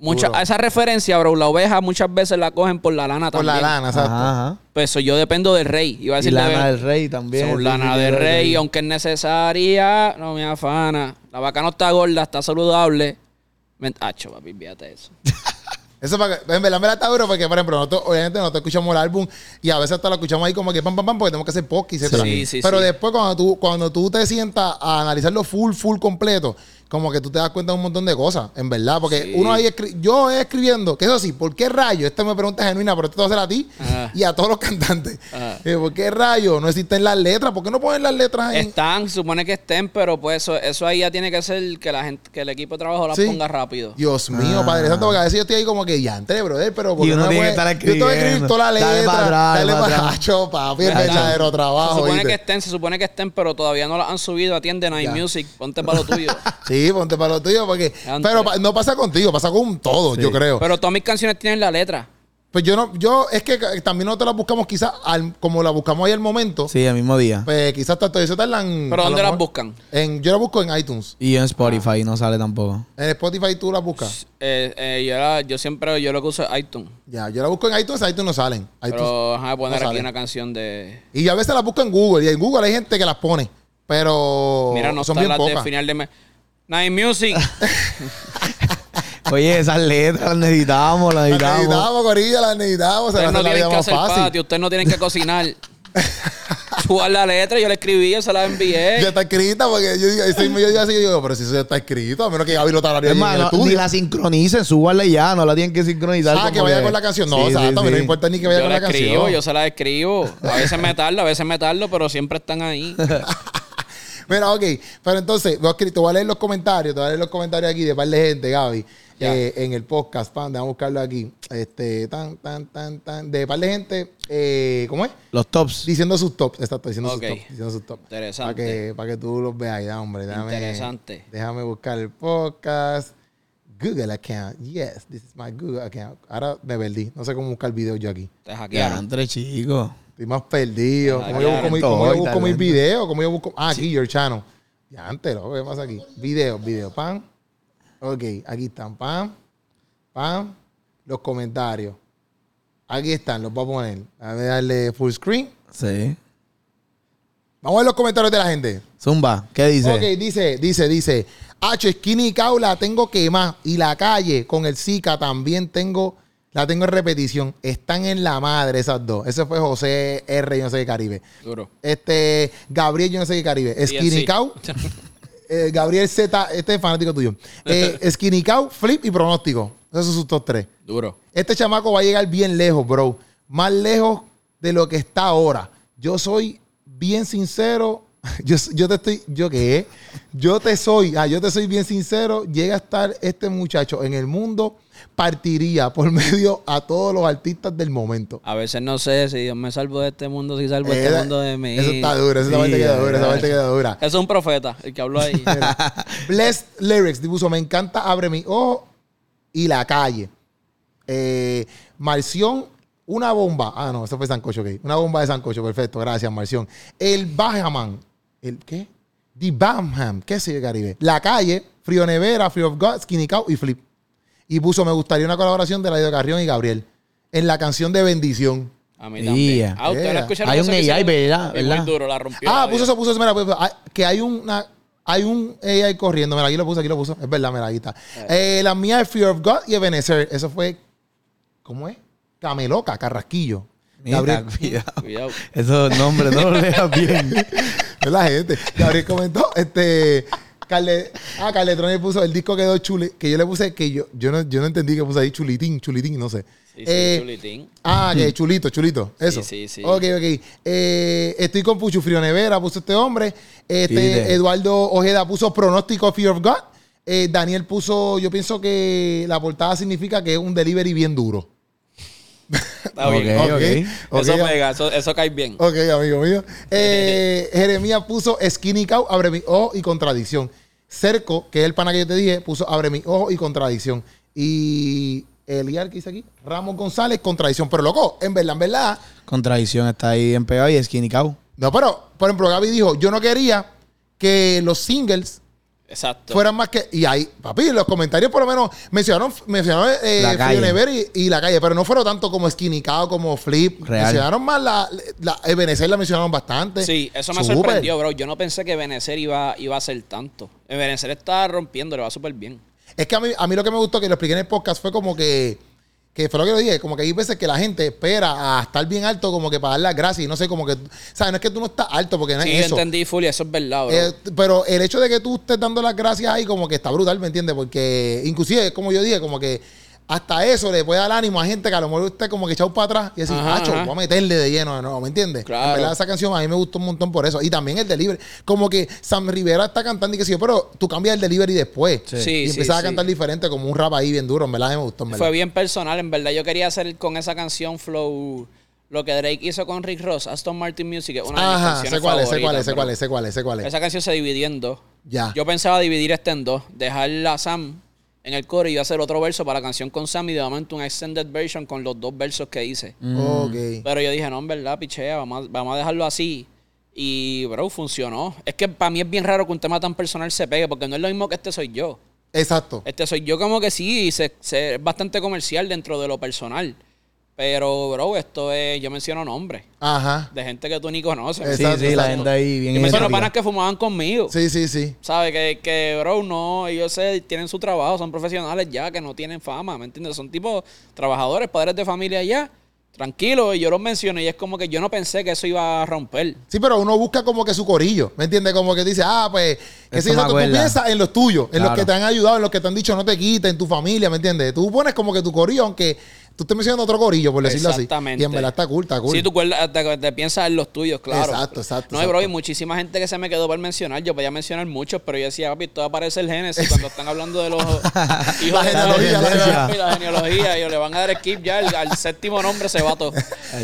[SPEAKER 4] Mucha,
[SPEAKER 2] Duro.
[SPEAKER 4] esa referencia, bro, la oveja muchas veces la cogen por la lana
[SPEAKER 2] Por
[SPEAKER 4] también.
[SPEAKER 2] la lana, exacto.
[SPEAKER 3] Ajá, ajá.
[SPEAKER 4] Pues so, yo dependo del rey. Iba a
[SPEAKER 3] Y
[SPEAKER 4] decir
[SPEAKER 3] lana del rey también.
[SPEAKER 4] Son
[SPEAKER 3] sí,
[SPEAKER 4] lana
[SPEAKER 3] sí,
[SPEAKER 4] del
[SPEAKER 3] sí,
[SPEAKER 4] rey,
[SPEAKER 3] sí.
[SPEAKER 4] aunque es necesaria, no me afana. La vaca no está gorda, está saludable. Men- Acho, papi, fíjate eso.
[SPEAKER 2] Eso para que, en verdad, en verdad está duro porque, por ejemplo, nosotros obviamente nosotros escuchamos el álbum y a veces hasta lo escuchamos ahí como que pam, pam, pam, porque tenemos que hacer podcast, etc.
[SPEAKER 4] Sí, sí,
[SPEAKER 2] Pero
[SPEAKER 4] sí.
[SPEAKER 2] después cuando tú, cuando tú te sientas a analizarlo full, full completo, como que tú te das cuenta de un montón de cosas, en verdad. Porque
[SPEAKER 4] Sí.
[SPEAKER 2] uno ahí, escri- yo escribiendo, que eso sí, ¿por qué rayo? Esta me pregunta genuina, pero esto te va a hacer a ti
[SPEAKER 4] Ajá.
[SPEAKER 2] y a todos los cantantes.
[SPEAKER 4] Ajá.
[SPEAKER 2] Eh, ¿Por qué rayo? No existen las letras, ¿por qué no ponen las letras ahí?
[SPEAKER 4] Están, supone que estén, pero pues eso, eso ahí ya tiene que ser que la gente, que el equipo de trabajo las
[SPEAKER 2] Sí.
[SPEAKER 4] ponga rápido.
[SPEAKER 2] Dios mío, Padre Santo, porque a veces yo estoy ahí como que ya entré, brother, pero ¿por
[SPEAKER 3] Ah. Y
[SPEAKER 2] qué
[SPEAKER 3] uno
[SPEAKER 2] me
[SPEAKER 3] tiene que
[SPEAKER 2] puede- Yo
[SPEAKER 3] estar
[SPEAKER 2] tengo que escribir
[SPEAKER 3] escribiendo.
[SPEAKER 2] toda la
[SPEAKER 3] Dale
[SPEAKER 2] letra,
[SPEAKER 3] pa' atrás,
[SPEAKER 2] dale
[SPEAKER 3] pa'
[SPEAKER 2] para
[SPEAKER 3] atrás.
[SPEAKER 2] atrás, papi, el
[SPEAKER 4] Están.
[SPEAKER 2] verdadero trabajo.
[SPEAKER 4] Se supone
[SPEAKER 2] ¿viste?
[SPEAKER 4] que estén, se supone que estén, pero todavía no las han subido. Atienden a iMusic, ponte para lo tuyo.
[SPEAKER 2] Sí, ponte para lo tuyo, porque.
[SPEAKER 4] Antes.
[SPEAKER 2] Pero pa- no pasa contigo, pasa con todo, yo creo.
[SPEAKER 4] pero todas mis canciones tienen la letra.
[SPEAKER 2] pues yo no, yo, es que ca- también nosotros la buscamos quizás al- como la buscamos ahí al momento.
[SPEAKER 3] Sí, el mismo día.
[SPEAKER 2] Pues quizás tanto eso tardan.
[SPEAKER 4] ¿Pero
[SPEAKER 2] Mm, a lo
[SPEAKER 4] dónde las
[SPEAKER 2] mejor-
[SPEAKER 4] buscan?
[SPEAKER 2] En, yo la busco en iTunes.
[SPEAKER 3] Y en Spotify no sale tampoco.
[SPEAKER 2] En Spotify tú la buscas.
[SPEAKER 4] Eh, eh, yo, la- yo siempre, yo lo que uso es iTunes.
[SPEAKER 2] Ya, yo la busco en iTunes, iTunes no salen. iTunes-
[SPEAKER 4] Pero ajá, poner
[SPEAKER 2] no
[SPEAKER 4] aquí
[SPEAKER 2] sale.
[SPEAKER 4] una canción de.
[SPEAKER 2] Y yo a veces la busco en Google, y en Google hay gente que las pone. Pero
[SPEAKER 4] Mira, no
[SPEAKER 2] son
[SPEAKER 4] está
[SPEAKER 2] bien
[SPEAKER 4] la de
[SPEAKER 2] pocas.
[SPEAKER 4] final de mes. Night Music.
[SPEAKER 3] Oye, esas letras las necesitábamos, las
[SPEAKER 2] Las
[SPEAKER 3] necesitábamos.
[SPEAKER 2] necesitábamos, Corilla, las necesitábamos. Se
[SPEAKER 4] Ustedes
[SPEAKER 2] las
[SPEAKER 4] no
[SPEAKER 2] hace la vida
[SPEAKER 4] tienen que
[SPEAKER 2] más
[SPEAKER 4] hacer
[SPEAKER 2] fácil.
[SPEAKER 4] patio, ustedes no tienen que cocinar. Subar la letra, yo la escribí, yo se la envié.
[SPEAKER 2] Ya está escrita, porque yo digo, yo soy- yo digo así, yo digo, pero si eso ya está escrito, a menos que Gaby lo talaría
[SPEAKER 3] Es
[SPEAKER 2] en
[SPEAKER 3] más,
[SPEAKER 2] el
[SPEAKER 3] no- ni
[SPEAKER 2] estudio.
[SPEAKER 3] la sincronicen, súbanla y ya, no la tienen que sincronizar.
[SPEAKER 2] Ah,
[SPEAKER 3] como
[SPEAKER 2] que vaya con la canción. No, o sea, también no importa ni que vaya
[SPEAKER 4] yo
[SPEAKER 2] con
[SPEAKER 4] la
[SPEAKER 2] la
[SPEAKER 4] escribo,
[SPEAKER 2] canción.
[SPEAKER 4] yo se la escribo. A veces me tardo, a veces me tardo, pero siempre están ahí.
[SPEAKER 2] Mira, ok. Pero entonces, voy a escri- te voy a leer los comentarios, te voy a leer los comentarios aquí de par de gente, Gaby.
[SPEAKER 4] Ya.
[SPEAKER 2] eh, en el podcast, pan, déjame buscarlo aquí. Este, tan, tan, tan, tan. De par de gente, eh, ¿cómo es?
[SPEAKER 3] Los tops.
[SPEAKER 2] Diciendo sus tops. Exacto, diciendo
[SPEAKER 4] Ok.
[SPEAKER 2] sus tops. Diciendo sus tops. Para
[SPEAKER 4] Interesante.
[SPEAKER 2] que, para que tú los veas ya, hombre. Déjame,
[SPEAKER 4] Interesante.
[SPEAKER 2] Déjame buscar el podcast. Google account. Yes, this is my Google account. Ahora me perdí. No sé cómo buscar video yo aquí.
[SPEAKER 4] Te
[SPEAKER 3] Ya,
[SPEAKER 4] hackearon.
[SPEAKER 3] entre chicos.
[SPEAKER 2] Estoy más perdido.
[SPEAKER 4] Ah,
[SPEAKER 2] ¿Cómo yo busco, mi,
[SPEAKER 3] talento
[SPEAKER 2] cómo yo
[SPEAKER 3] hoy,
[SPEAKER 2] busco mis
[SPEAKER 3] talento.
[SPEAKER 2] videos? ¿Cómo yo busco? Ah, aquí, your channel. Ya antes, lo ¿qué pasa aquí? Video, video, pam. Ok, aquí están, pam, pam. Los comentarios. Aquí están, los voy a poner. A ver, darle full screen.
[SPEAKER 3] Sí.
[SPEAKER 2] Vamos a ver los comentarios de la gente.
[SPEAKER 3] Zumba, ¿qué dice?
[SPEAKER 2] Ok, dice, dice, dice. H, skinny y caula tengo que más. Y la calle con el Zika también tengo, la tengo en repetición. Están en la madre esas dos. Ese fue José R, yo no sé qué Caribe.
[SPEAKER 4] Duro.
[SPEAKER 2] Este, Gabriel, yo no sé qué Caribe. Skinny
[SPEAKER 4] sí.
[SPEAKER 2] Cow. eh, Gabriel Z, este es fanático tuyo. Eh, Skinny Cow, Flip y Pronóstico. Esos son sus top tres.
[SPEAKER 4] Duro.
[SPEAKER 2] Este chamaco va a llegar bien lejos, bro. Más lejos de lo que está ahora. Yo soy bien sincero. Yo, yo te estoy. ¿Yo qué? Yo te soy. Ah, yo te soy bien sincero. Llega a estar este muchacho en el mundo. Partiría por medio a todos los artistas del momento.
[SPEAKER 4] A veces no sé si Dios me salvo de este mundo, si salvo de
[SPEAKER 2] Esa-
[SPEAKER 4] este mundo de mí.
[SPEAKER 2] Eso está duro. Esa
[SPEAKER 3] Sí,
[SPEAKER 2] parte queda dura. Esa
[SPEAKER 3] ya.
[SPEAKER 2] parte queda dura.
[SPEAKER 4] Eso es un profeta, el que habló ahí.
[SPEAKER 2] Blessed Lyrics, dibujo, me encanta, abre mi ojo y la calle. Eh, Marción, una bomba. Ah, no, eso fue Sancocho, ok. Una bomba de Sancocho, perfecto, gracias, Marción. El Bajaman, ¿el qué? The Bamham, ¿qué sé yo, Caribe? La calle, Frío Nevera, Free of God, Skinny Cow y Flip. Y puso, me gustaría una colaboración de Ladio Carrión y Gabriel en la canción de Bendición.
[SPEAKER 4] A mí también.
[SPEAKER 3] Yeah.
[SPEAKER 4] Ah, ustedes no
[SPEAKER 2] Yeah.
[SPEAKER 4] escucharon
[SPEAKER 3] Hay
[SPEAKER 4] eso
[SPEAKER 3] un
[SPEAKER 4] que
[SPEAKER 3] AI,
[SPEAKER 4] hicieron?
[SPEAKER 3] ¿verdad?
[SPEAKER 4] Es
[SPEAKER 3] ¿verdad?
[SPEAKER 4] Muy duro, la rompió.
[SPEAKER 2] Ah,
[SPEAKER 4] la
[SPEAKER 2] puso
[SPEAKER 4] vida.
[SPEAKER 2] eso, puso eso. Mira, pues, ah, que hay una. Hay un AI corriendo. Mira, aquí lo puso, aquí lo puso. Es verdad, mira, ahí está. Eh, la mía es Fear of God y Ebenezer. Eso fue. ¿Cómo es? Cameloca, Carrasquillo.
[SPEAKER 3] Mira,
[SPEAKER 2] Gabriel,
[SPEAKER 3] cuidado.
[SPEAKER 4] Cuidado.
[SPEAKER 3] Esos nombres no los leas bien.
[SPEAKER 2] es la gente. Gabriel comentó. Este. Carle, ah, Carletroni puso, el disco quedó chuli, que yo le puse, que yo, yo, no, yo no entendí que puse ahí chulitín, chulitín, no sé.
[SPEAKER 4] Sí, sí,
[SPEAKER 2] Eh,
[SPEAKER 4] chulitín.
[SPEAKER 2] Ah, que chulito, chulito. Eso.
[SPEAKER 4] sí, sí.
[SPEAKER 2] Ok, ok. Eh, estoy con Puchu Frío Nevera, puso este hombre. Este,
[SPEAKER 3] Dile.
[SPEAKER 2] Eduardo Ojeda puso pronóstico Fear of God. Eh, Daniel puso, yo pienso que la portada significa que es un delivery bien duro.
[SPEAKER 4] Está bien.
[SPEAKER 3] Ok, ok.
[SPEAKER 2] ok.
[SPEAKER 4] Eso pega, eso, eso cae bien.
[SPEAKER 2] Ok, amigo mío. Eh, Jeremías puso skinny cow, abre mi ojo y contradicción. Cerco, que es el pana que yo te dije, puso abre mi ojo y contradicción. Y Eliar, que hice aquí, Ramos González, contradicción. Pero loco, en verdad, en verdad.
[SPEAKER 3] Contradicción está ahí en pegado y Skinny Cow.
[SPEAKER 2] No, pero, por ejemplo, Gaby dijo, yo no quería que los singles
[SPEAKER 4] Exacto.
[SPEAKER 2] fueran más que... Y ahí, papi, los comentarios por lo menos mencionaron, mencionaron eh,
[SPEAKER 3] La
[SPEAKER 2] Frío
[SPEAKER 3] calle.
[SPEAKER 2] Never y, y La Calle, pero no fueron tanto como Skinny Cow, como Flip.
[SPEAKER 3] Real.
[SPEAKER 2] Mencionaron más la... la Ebenezer la mencionaron bastante.
[SPEAKER 4] Sí, eso me
[SPEAKER 2] Súper.
[SPEAKER 4] sorprendió, bro. Yo no pensé que Benecer iba, iba a ser tanto. Benecer está rompiendo, le va súper bien.
[SPEAKER 2] Es que a mí, a mí lo que me gustó que lo expliqué en el podcast fue como que, que fue lo que yo dije, como que hay veces que la gente espera a estar bien alto como que para dar las gracias y no sé, como que, sabes, no es que tú no estás alto porque no
[SPEAKER 4] Sí,
[SPEAKER 2] es
[SPEAKER 4] yo
[SPEAKER 2] eso.
[SPEAKER 4] entendí, Fully, eso es verdad, bro.
[SPEAKER 2] Eh, pero el hecho de que tú estés dando las gracias ahí como que está brutal, ¿me entiendes? Porque inclusive, como yo dije, como que hasta eso le puede dar ánimo a gente que a lo mejor usted como que echado para atrás y decir,
[SPEAKER 4] Ajá,
[SPEAKER 2] hacho,
[SPEAKER 4] ajá.
[SPEAKER 2] voy a meterle de lleno de nuevo", ¿me entiendes?
[SPEAKER 4] Claro.
[SPEAKER 2] En verdad, esa canción a mí me gustó un montón por eso. Y también el delivery. Como que Sam Rivera está cantando y que sí, pero tú cambias el delivery después.
[SPEAKER 3] Sí.
[SPEAKER 4] Sí,
[SPEAKER 2] y
[SPEAKER 4] sí,
[SPEAKER 2] empezás
[SPEAKER 4] sí.
[SPEAKER 2] a cantar diferente, como un rap ahí bien duro, en verdad, me gustó, en verdad.
[SPEAKER 4] Fue bien personal, en verdad. Yo quería hacer con esa canción Flow lo que Drake hizo con Rick Ross, Aston Martin Music, que es una de mis
[SPEAKER 2] Ajá,
[SPEAKER 4] canciones
[SPEAKER 2] sé cuál es, sé cuál
[SPEAKER 4] favoritas,
[SPEAKER 2] es, sé
[SPEAKER 4] bro.
[SPEAKER 2] cuál es, Ah. sé cuál es, sé cuál es.
[SPEAKER 4] Esa canción se dividió en dos.
[SPEAKER 2] Ya.
[SPEAKER 4] Yo pensaba dividir esta en dos, dejar la Sam en el coro y yo hacer otro verso para la canción con Sam y de momento una extended version con los dos versos que hice.
[SPEAKER 2] Ok.
[SPEAKER 4] Pero yo dije, no, en verdad, pichea, vamos a, vamos a dejarlo así. Y, bro, funcionó. Es que para mí es bien raro que un tema tan personal se pegue, porque no es lo mismo que este soy yo.
[SPEAKER 2] Exacto.
[SPEAKER 4] Este soy yo como que sí, se, se- es bastante comercial dentro de lo personal. Pero, bro, esto es, yo menciono nombres
[SPEAKER 2] Ajá.
[SPEAKER 4] de gente que tú ni conoces.
[SPEAKER 3] Sí,
[SPEAKER 2] Exacto,
[SPEAKER 3] sí, la
[SPEAKER 2] exacto.
[SPEAKER 3] gente ahí bien
[SPEAKER 4] Yo menciono
[SPEAKER 3] identificada.
[SPEAKER 4] panas que fumaban conmigo.
[SPEAKER 2] Sí, sí, sí.
[SPEAKER 4] ¿Sabes? Que, que, bro, no, ellos se- tienen su trabajo, son profesionales ya, que no tienen fama, ¿me entiendes? Son tipos trabajadores, padres de familia ya, tranquilos, y yo los menciono, y es como que yo no pensé que eso iba a romper.
[SPEAKER 2] Sí, pero uno busca como que su corillo, ¿me entiendes? Como que dice, ah, pues, que
[SPEAKER 3] Esto
[SPEAKER 2] si
[SPEAKER 3] me
[SPEAKER 2] exacto, tú
[SPEAKER 3] acuerda.
[SPEAKER 2] piensas en los tuyos, en los
[SPEAKER 3] Claro.
[SPEAKER 2] que te han ayudado, en los que te han dicho no te quites, en tu familia, ¿me entiendes? Tú pones como que tu corillo, aunque tú estés mencionando otro corillo, por decirlo así.
[SPEAKER 4] Exactamente.
[SPEAKER 2] Y en verdad está cool, está cool.
[SPEAKER 4] Sí, tú cuerda- te, te piensas en los tuyos, claro.
[SPEAKER 2] Exacto, exacto,
[SPEAKER 4] No, y bro,
[SPEAKER 2] exacto.
[SPEAKER 4] y muchísima gente que se me quedó por mencionar. Yo podía mencionar muchos, pero yo decía, papi, todo aparece el Génesis cuando están hablando de los hijos de
[SPEAKER 2] genealogía, la
[SPEAKER 4] Abraham
[SPEAKER 3] genealogía.
[SPEAKER 4] y la genealogía. Y yo le van a dar skip ya, al, al séptimo nombre se va todo.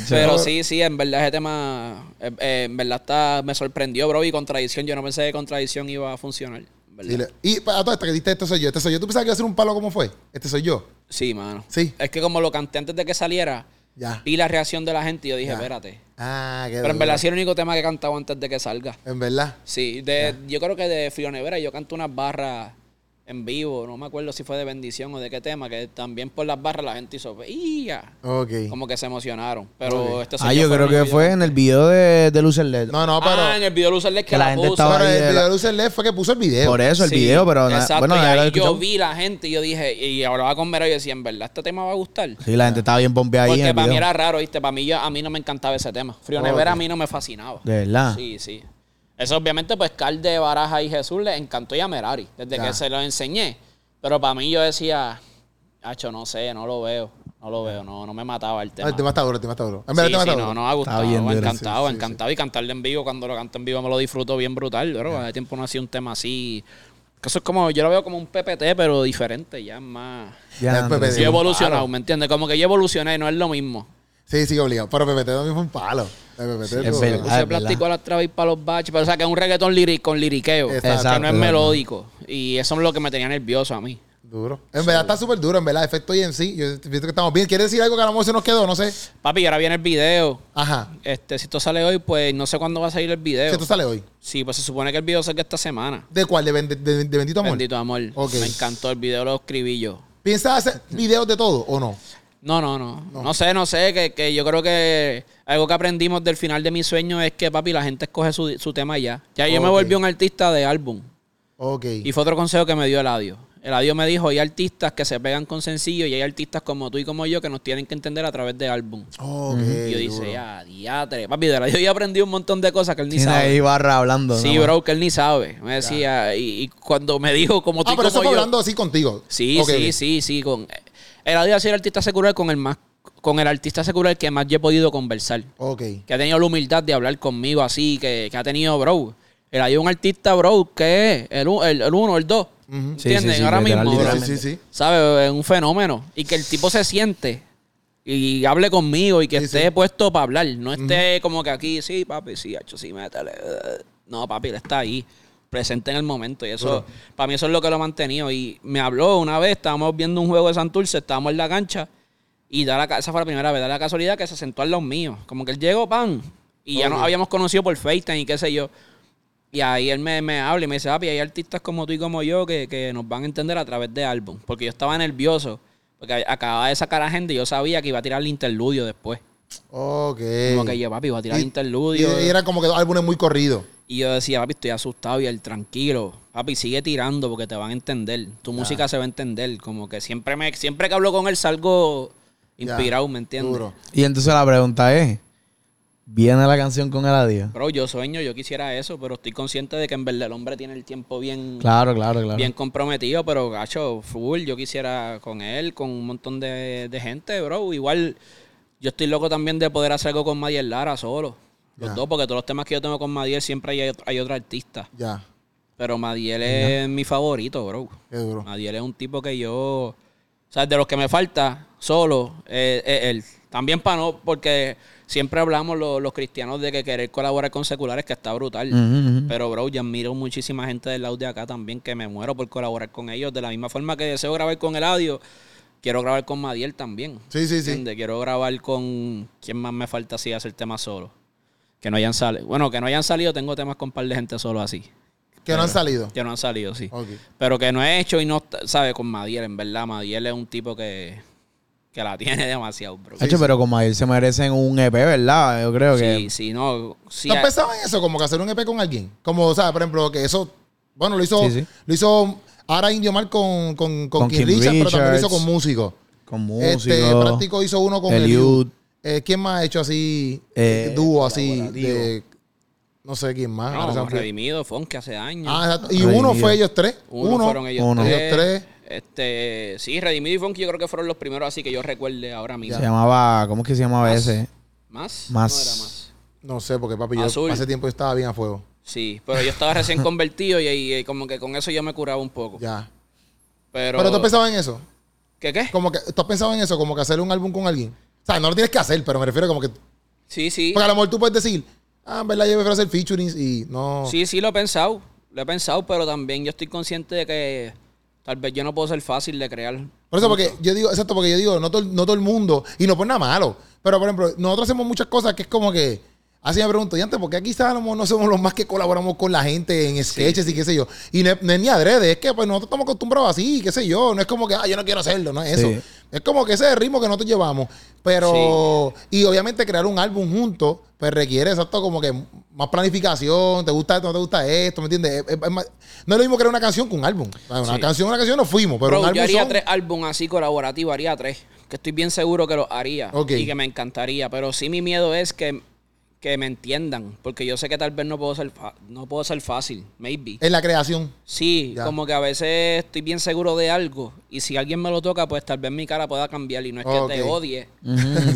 [SPEAKER 4] pero sí, sí, en verdad ese tema, eh, eh, en verdad está, me sorprendió, bro, y contradicción. Yo no pensé que contradicción iba a funcionar. en
[SPEAKER 2] Sí,
[SPEAKER 4] ¿verdad?
[SPEAKER 2] le- y pa- a todo esto que diste, este soy yo, este soy yo. ¿Tú pensabas que iba a ser un palo como fue? Este soy yo.
[SPEAKER 4] Sí, mano.
[SPEAKER 2] Sí.
[SPEAKER 4] Es que como lo canté antes de que saliera,
[SPEAKER 2] Ya.
[SPEAKER 4] vi la reacción de la gente y yo dije,
[SPEAKER 2] Ya.
[SPEAKER 4] espérate.
[SPEAKER 2] Ah, qué
[SPEAKER 4] Pero en
[SPEAKER 2] duro.
[SPEAKER 4] verdad sí el único tema que he cantado antes de que salga.
[SPEAKER 2] En verdad.
[SPEAKER 4] Sí, de, yo creo que de Frío Nevera yo canto unas barras en vivo, no me acuerdo si fue de bendición o de qué tema, que también por las barras la gente hizo ¡Iya!
[SPEAKER 2] Ok.
[SPEAKER 4] Como que se emocionaron. Pero este
[SPEAKER 3] Ah, yo creo que fue en el video de, de Lucer Led.
[SPEAKER 2] No, no, pero,
[SPEAKER 4] Ah, en el video Luz Alert que,
[SPEAKER 3] que
[SPEAKER 4] la,
[SPEAKER 3] la gente
[SPEAKER 4] puso.
[SPEAKER 3] estaba
[SPEAKER 2] pero el
[SPEAKER 3] ahí de
[SPEAKER 2] video
[SPEAKER 3] la-
[SPEAKER 2] de Lucer Led fue que puso el video. Ah,
[SPEAKER 3] Por eso el
[SPEAKER 4] Sí,
[SPEAKER 3] video, pero na-
[SPEAKER 4] exacto,
[SPEAKER 3] bueno,
[SPEAKER 4] y
[SPEAKER 3] nadie lo
[SPEAKER 4] ahí yo
[SPEAKER 3] escuchó.
[SPEAKER 4] vi la gente y yo dije, y hablaba con Mero y yo decía, en verdad este tema va a gustar.
[SPEAKER 3] Sí, la gente estaba bien pompeada ahí en
[SPEAKER 4] Porque
[SPEAKER 3] el
[SPEAKER 4] para mí
[SPEAKER 3] video.
[SPEAKER 4] era raro, ¿viste? Para mí yo- a mí no me encantaba ese tema. Frío
[SPEAKER 2] Ok.
[SPEAKER 4] Nevera a mí no me fascinaba.
[SPEAKER 3] De verdad.
[SPEAKER 4] Sí, sí. Eso obviamente, pues Carl de Baraja y Jesús le encantó y a Merari, desde
[SPEAKER 2] Ya.
[SPEAKER 4] que se lo enseñé. Pero para mí yo decía, Hacho, no sé, no lo veo, no lo veo, no, no me mataba el
[SPEAKER 2] Ah,
[SPEAKER 4] tema.
[SPEAKER 2] el tema está duro, el tema está duro. En
[SPEAKER 4] Sí,
[SPEAKER 2] verdad, el tema
[SPEAKER 4] sí,
[SPEAKER 2] está
[SPEAKER 4] no,
[SPEAKER 2] duro.
[SPEAKER 4] no ha gustado,
[SPEAKER 3] Está bien duro,
[SPEAKER 4] encantado,
[SPEAKER 2] sí, sí,
[SPEAKER 4] encantado. Y cantarle en vivo, cuando lo canto en vivo me lo disfruto bien brutal, bro. Hace tiempo no hacía un tema así. Que Eso es como, yo lo veo como un PPT, pero diferente, ya es más.
[SPEAKER 2] Ya,
[SPEAKER 3] Ya, Andrés.
[SPEAKER 2] Pepe,
[SPEAKER 4] Yo he evolucionado, ¿me entiendes? Como que yo evolucioné, no es lo mismo.
[SPEAKER 2] Sí, sí, obligado. Pero PPT también fue un palo. PPT
[SPEAKER 3] es
[SPEAKER 2] estuvo-
[SPEAKER 3] verdad. Ah,
[SPEAKER 4] Puse
[SPEAKER 3] es verdad.
[SPEAKER 4] plástico a las trabas y para los baches, pero o sea que es un reggaetón liri- con liriqueo,
[SPEAKER 2] Exacto.
[SPEAKER 4] que no es
[SPEAKER 3] Exacto.
[SPEAKER 4] melódico. Y eso es lo que me tenía nervioso a mí.
[SPEAKER 2] Duro. En verdad está súper duro, en verdad. Efecto IMC. Yo siento que estamos bien. ¿Quieres decir algo que a lo mejor se nos quedó? No sé.
[SPEAKER 4] Papi, y ahora viene el video.
[SPEAKER 2] Ajá.
[SPEAKER 4] Este, si esto sale hoy, pues no sé cuándo va a salir el video.
[SPEAKER 2] Si tú sale hoy.
[SPEAKER 4] Sí, pues se supone que el video salga esta semana.
[SPEAKER 2] ¿De cuál? ¿De, ben- de- de- de Bendito Amor?
[SPEAKER 4] Bendito amor.
[SPEAKER 2] Ok.
[SPEAKER 4] Me encantó el video, lo escribí yo.
[SPEAKER 2] ¿Piensas hacer videos de todo o no?
[SPEAKER 4] No, no, no. No, sé, no sé. Que, que yo creo que algo que aprendimos del final de mi sueño es que, papi, la gente escoge su, su tema ya. Ya yo me
[SPEAKER 2] Ok.
[SPEAKER 4] volví un artista de álbum.
[SPEAKER 2] Ok.
[SPEAKER 4] Y fue otro consejo que me dio Eladio. Eladio me dijo, hay artistas que se pegan con sencillo y hay artistas como tú y como yo que nos tienen que entender a través de álbum.
[SPEAKER 2] Ok,
[SPEAKER 4] y yo dice,
[SPEAKER 2] duro. Ah,
[SPEAKER 4] ya, diatre. Papi, de Eladio yo aprendí un montón de cosas que él ni
[SPEAKER 3] Tiene
[SPEAKER 4] sabe.
[SPEAKER 3] ahí barra hablando.
[SPEAKER 4] Sí,
[SPEAKER 3] ¿no?
[SPEAKER 4] bro, que él ni sabe. Me decía, y, y cuando me dijo como tú
[SPEAKER 2] Ah,
[SPEAKER 4] y
[SPEAKER 2] pero eso
[SPEAKER 4] como
[SPEAKER 2] fue
[SPEAKER 4] yo.
[SPEAKER 2] hablando así contigo.
[SPEAKER 4] Sí,
[SPEAKER 2] Ok.
[SPEAKER 4] sí, sí, sí. Con, eh, Eladio ha sido el artista secular con el más, con el artista secular que más yo he podido conversar
[SPEAKER 2] Ok.
[SPEAKER 4] que ha tenido la humildad de hablar conmigo así, que, que ha tenido, bro. El, hay un artista, bro, que es el, u- el, el uno, el dos.
[SPEAKER 3] Sí,
[SPEAKER 4] ¿Entienden?
[SPEAKER 3] sí, sí,
[SPEAKER 4] Ahora
[SPEAKER 3] literal,
[SPEAKER 4] mismo.
[SPEAKER 3] literal.
[SPEAKER 2] Sí, sí, sí.
[SPEAKER 4] ¿Sabes? Es un fenómeno. Y que el tipo se siente y hable conmigo y que
[SPEAKER 2] Sí,
[SPEAKER 4] esté
[SPEAKER 2] sí.
[SPEAKER 4] puesto para hablar. No esté como que aquí, sí, papi, sí, hecho, sí, métale. No, papi, él está ahí, presente en el momento. Y eso, para mí, eso es lo que lo ha mantenido. Y me habló una vez, estábamos viendo un juego de Santurce, estábamos en la cancha. Y da la, ca- esa fue la primera vez, da la casualidad que se sentó al lado mío. Como que él llegó, pan. Y ya nos habíamos conocido por FaceTime y qué sé yo. Y ahí él me, me habla y me dice, papi, hay artistas como tú y como yo que, que nos van a entender a través de álbum. Porque yo estaba nervioso, porque a- acababa de sacar a gente y yo sabía que iba a tirar el interludio después.
[SPEAKER 2] Ok.
[SPEAKER 4] Como que yo, papi, iba a tirar el interludio.
[SPEAKER 2] Y, y eran como que dos álbumes muy corridos.
[SPEAKER 4] Y yo decía, papi, estoy asustado y él, tranquilo. Papi, sigue tirando porque te van a entender. Tu música se va a entender. Como que siempre, me, siempre que hablo con él salgo
[SPEAKER 2] Ya,
[SPEAKER 4] inspirado, ¿me entiendes?
[SPEAKER 2] Duro.
[SPEAKER 3] Y entonces la pregunta es: ¿viene la canción con Eladio?
[SPEAKER 4] Bro, yo sueño, yo quisiera eso, pero estoy consciente de que en verdad el hombre tiene el tiempo bien,
[SPEAKER 3] Claro, claro, claro.
[SPEAKER 4] bien comprometido, pero gacho, full, yo quisiera con él, con un montón de, de gente, bro. Igual, yo estoy loco también de poder hacer algo con Madiel Lara solo. Los
[SPEAKER 2] Ya.
[SPEAKER 4] dos, porque todos los temas que yo tengo con Madiel siempre hay, otro- hay otro artista.
[SPEAKER 2] Ya.
[SPEAKER 4] Pero Madiel es mi favorito, bro.
[SPEAKER 2] Qué duro.
[SPEAKER 4] Madiel es un tipo que yo. O sea, de los que me falta, solo, eh, eh, él. También para no, porque siempre hablamos lo- los cristianos de que querer colaborar con seculares, que está brutal.
[SPEAKER 3] Ujú, ujú.
[SPEAKER 4] Pero, bro, yo admiro muchísima gente del audio acá también, que me muero por colaborar con ellos. De la misma forma que deseo grabar con el audio, quiero grabar con Madiel también.
[SPEAKER 2] Sí, sí, sí.
[SPEAKER 4] ¿Entiendes? Quiero grabar con. ¿Quién más me falta así hacer temas solo? Que no hayan salido. Bueno, que no hayan salido, tengo temas con un par de gente solo así.
[SPEAKER 2] Que no han salido.
[SPEAKER 4] Que no han salido, sí.
[SPEAKER 2] Ok.
[SPEAKER 4] Pero que no he hecho y no, está- sabe, con Madiel, en verdad, Madiel es un tipo que, que la tiene demasiado, bro.
[SPEAKER 3] Hacho, pero como a él se merecen un EP, ¿verdad? Yo creo
[SPEAKER 4] Sí,
[SPEAKER 3] que.
[SPEAKER 4] sí, no. sí,
[SPEAKER 2] ¿No
[SPEAKER 4] a-
[SPEAKER 2] pensaba en eso? Como que hacer un EP con alguien. Como, o sea, por ejemplo, que eso. Bueno, lo hizo.
[SPEAKER 3] Sí, sí.
[SPEAKER 2] Lo hizo ahora Indio Mal con, con, con,
[SPEAKER 3] Con
[SPEAKER 2] Keith
[SPEAKER 3] Keith
[SPEAKER 2] Richards, pero también lo hizo
[SPEAKER 3] Richards.
[SPEAKER 2] con músicos.
[SPEAKER 3] Con
[SPEAKER 2] Este,
[SPEAKER 3] músicos.
[SPEAKER 2] Práctico hizo uno con el
[SPEAKER 3] Eliud.
[SPEAKER 2] ¿Quién más ha hecho así?
[SPEAKER 3] Eh,
[SPEAKER 2] dúo así.
[SPEAKER 3] colaborativo.
[SPEAKER 2] de- no sé quién más. Ahora se
[SPEAKER 4] No,
[SPEAKER 2] me fue.
[SPEAKER 4] redimido, Funk hace años.
[SPEAKER 2] Ah, exacto. Y
[SPEAKER 3] Redimido.
[SPEAKER 2] uno fue ellos tres.
[SPEAKER 4] uno, fueron ellos
[SPEAKER 3] uno.
[SPEAKER 4] tres.
[SPEAKER 2] Ellos tres.
[SPEAKER 4] Este, sí, Redimido y Funk yo creo que fueron los primeros así que yo recuerde ahora mismo.
[SPEAKER 3] se llamaba. ¿Cómo es que se llamaba ese?
[SPEAKER 4] ¿Más?
[SPEAKER 3] Más.
[SPEAKER 4] No era más.
[SPEAKER 2] No sé, porque papi, yo
[SPEAKER 4] Azul.
[SPEAKER 2] hace tiempo yo estaba bien a fuego.
[SPEAKER 4] Sí, pero yo estaba recién convertido y, y- y como que con eso yo me curaba un poco.
[SPEAKER 2] Ya.
[SPEAKER 4] Pero,
[SPEAKER 2] Pero, tú has pensado en eso.
[SPEAKER 4] ¿Qué qué?
[SPEAKER 2] Como que, ¿Tú has pensado en eso? Como que hacer un álbum con alguien. O sea, no lo tienes que hacer, pero me refiero como que.
[SPEAKER 4] Sí, sí.
[SPEAKER 2] Porque a lo mejor tú puedes decir, ah, en verdad yo prefiero hacer featurings y no.
[SPEAKER 4] Sí, sí, lo he pensado. Lo he pensado, pero también yo estoy consciente de que tal vez yo no puedo ser fácil de crear.
[SPEAKER 2] Por eso, porque yo digo, exacto, porque yo digo, no todo, no todo el mundo, y no por nada malo, pero por ejemplo, nosotros hacemos muchas cosas que es como que, así me pregunto, y antes, porque aquí estábamos, no somos los más que colaboramos con la gente en sketches y qué sé yo, y no, es- no es ni adrede, es que pues nosotros estamos acostumbrados así, qué sé yo, no es como que, ah, yo no quiero hacerlo, no es eso,
[SPEAKER 3] Sí.
[SPEAKER 2] es como que ese es el ritmo que nosotros llevamos, pero, y obviamente crear un álbum juntos, pues requiere, exacto, como que más planificación, te gusta esto, no te gusta esto, ¿me entiendes? Es- es- es más- no es lo mismo crear una canción que un álbum, una
[SPEAKER 4] Sí.
[SPEAKER 2] canción, una canción nos fuimos, pero
[SPEAKER 4] Bro,
[SPEAKER 2] un álbum
[SPEAKER 4] yo haría
[SPEAKER 2] son-
[SPEAKER 4] tres álbumes así colaborativos, haría tres. Que estoy bien seguro que los haría.
[SPEAKER 2] Ok.
[SPEAKER 4] Y que me encantaría. Pero sí mi miedo es que, que me entiendan. Porque yo sé que tal vez no puedo ser, fa- no puedo ser fácil. Maybe.
[SPEAKER 2] en la creación.
[SPEAKER 4] Sí,
[SPEAKER 2] Eh, Ya.
[SPEAKER 4] como que a veces estoy bien seguro de algo y si alguien me lo toca, pues tal vez mi cara pueda cambiar y no es que te
[SPEAKER 2] Ok.
[SPEAKER 4] odie,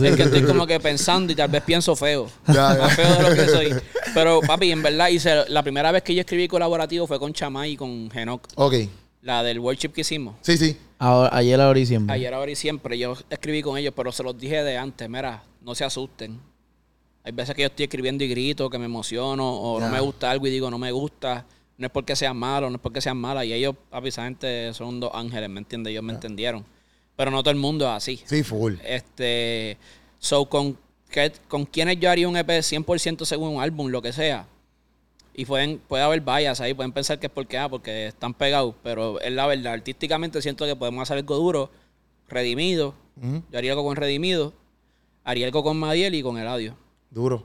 [SPEAKER 4] es que estoy como que pensando y tal vez pienso feo,
[SPEAKER 2] Ya, ya.
[SPEAKER 4] más feo de lo que soy. Pero papi, en verdad, hice, la primera vez que yo escribí colaborativo fue con Chamá y con Genoc,
[SPEAKER 2] Ok.
[SPEAKER 4] la del worship que hicimos.
[SPEAKER 2] Sí, sí.
[SPEAKER 3] Ahora- ayer, ahora y siempre.
[SPEAKER 4] Ayer, ahora y siempre, yo escribí con ellos, pero se los dije de antes, mira, no se asusten. Hay veces que yo estoy escribiendo y grito, que me emociono, o
[SPEAKER 2] Ya.
[SPEAKER 4] no me gusta algo y digo, no me gusta. No es porque sean malos, no es porque sean malas. Y ellos, papi, esa gente son dos ángeles, ¿me entiendes? Ellos me entendieron. Pero no todo el mundo es así.
[SPEAKER 2] Sí, full.
[SPEAKER 4] Este, so, con, que- con quienes yo haría un E EP 100% según un álbum, lo que sea. Y pueden, puede haber vallas ahí, pueden pensar que es porque, ah, porque están pegados, pero es la verdad. Artísticamente siento que podemos hacer algo duro, redimido.
[SPEAKER 2] Ujú.
[SPEAKER 4] Yo haría algo con Redimido, haría algo con Madiel y con Eladio.
[SPEAKER 2] Duro.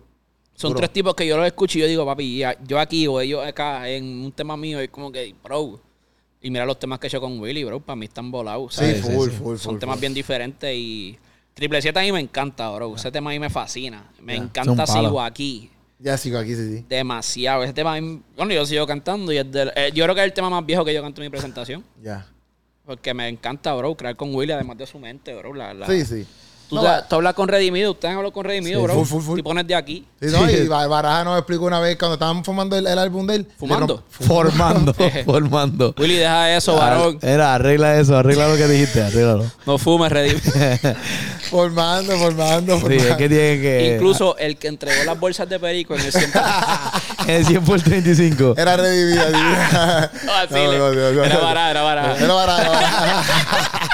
[SPEAKER 4] Son
[SPEAKER 2] Duro.
[SPEAKER 4] tres tipos que yo los escucho y yo digo, papi, ya- yo aquí o ellos acá en un tema mío, es como que, bro, Y mira los temas que he hecho con Willy, bro. Para mí están volados.
[SPEAKER 2] Sí,
[SPEAKER 4] ¿sabes?
[SPEAKER 2] full,
[SPEAKER 3] sí.
[SPEAKER 2] full,
[SPEAKER 4] Son
[SPEAKER 2] full,
[SPEAKER 4] temas
[SPEAKER 2] full.
[SPEAKER 4] bien diferentes y... Triple 7 a mí me encanta, bro. Ese tema a mí me fascina. Me
[SPEAKER 3] Es un
[SPEAKER 4] encanta
[SPEAKER 3] palo.
[SPEAKER 4] Sigo aquí.
[SPEAKER 2] Ya sigo aquí, sí, sí.
[SPEAKER 4] Demasiado. Ese tema, a mí- bueno, yo sigo cantando y es del- eh, yo creo que es el tema más viejo que yo canto en mi presentación.
[SPEAKER 2] Ya.
[SPEAKER 4] Porque me encanta, bro, crear con Willy, además de su mente, bro. La, la-
[SPEAKER 2] Sí, sí.
[SPEAKER 4] Tú,
[SPEAKER 2] No,
[SPEAKER 4] te-
[SPEAKER 2] va-
[SPEAKER 4] tú hablas con Redimido, ustedes hablan con Redimido,
[SPEAKER 2] Sí,
[SPEAKER 4] bro.
[SPEAKER 2] full, full, full.
[SPEAKER 4] Y pones de aquí.
[SPEAKER 2] Sí, no,
[SPEAKER 3] Sí.
[SPEAKER 2] y Bar- Baraja nos explicó una vez cuando estaban formando el, el álbum de él. le
[SPEAKER 4] ¿Fumando?
[SPEAKER 2] romp-
[SPEAKER 3] Formando, formando. Ah,
[SPEAKER 4] Willy, deja eso, varón.
[SPEAKER 3] Era, arregla eso, arregla lo que dijiste, arréglalo.
[SPEAKER 4] No fumes, Redimido.
[SPEAKER 2] Formando, formando,
[SPEAKER 3] Sí, es
[SPEAKER 2] formando.
[SPEAKER 3] que tiene que.
[SPEAKER 4] Incluso el que entregó las bolsas de perico en el siempre.
[SPEAKER 3] El 100 por 35.
[SPEAKER 2] Era redivida. sí.
[SPEAKER 4] No,
[SPEAKER 2] No,
[SPEAKER 4] así Ah, le-
[SPEAKER 2] no, no, no,
[SPEAKER 4] era
[SPEAKER 2] no.
[SPEAKER 4] barato, era barato.
[SPEAKER 2] Era Baraja, Baraja.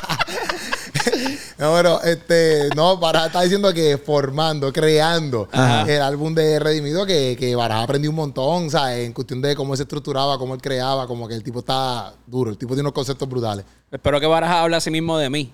[SPEAKER 2] No, bueno, este, no, Baraja está diciendo que formando, creando
[SPEAKER 4] Ajá.
[SPEAKER 2] el álbum de Redimido, que, que Baraja aprendió un montón, o sea, en cuestión de cómo se estructuraba, cómo él creaba, como que el tipo está duro, el tipo tiene unos conceptos brutales.
[SPEAKER 4] Espero que Baraja hable así mismo de mí.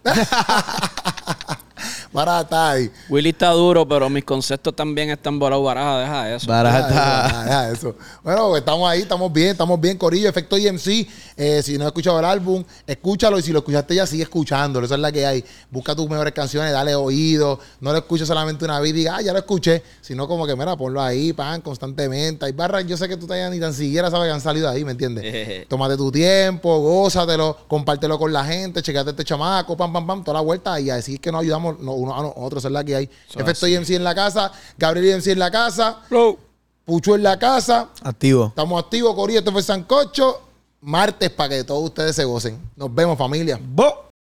[SPEAKER 2] Baraja está ahí.
[SPEAKER 4] Willy está duro, pero mis conceptos también están volados, Baraja. Deja eso.
[SPEAKER 3] Baraja está.
[SPEAKER 2] Ah, ya, eso. Bueno, pues, estamos ahí, estamos bien, estamos bien, Corillo, Efecto IMC. Eh, si no has escuchado el álbum, escúchalo y si lo escuchaste ya, sigue escuchándolo. Esa es la que hay. Busca tus mejores canciones, dale oído. No lo escuches solamente una vez y diga, ah, ya lo escuché. Sino como que, mira, ponlo ahí, pan, constantemente. Hay barras, yo sé que tú todavía ni tan siquiera sabes que han salido ahí, ¿me entiendes? Tómate tu tiempo, gózatelo, compártelo con la gente, checate este chamaco, pam, pam, pam, toda la vuelta y a decir que nos ayudamos no, uno a nosotros. Esa es la que hay. Efecto IMC en la casa, Gabriel IMC en la casa.
[SPEAKER 4] Flow.
[SPEAKER 2] Pucho en la casa.
[SPEAKER 3] Activo.
[SPEAKER 2] Estamos activos, Corillo. Esto fue Sancocho. Martes para que todos ustedes se gocen. Nos vemos, familia.
[SPEAKER 3] Bo.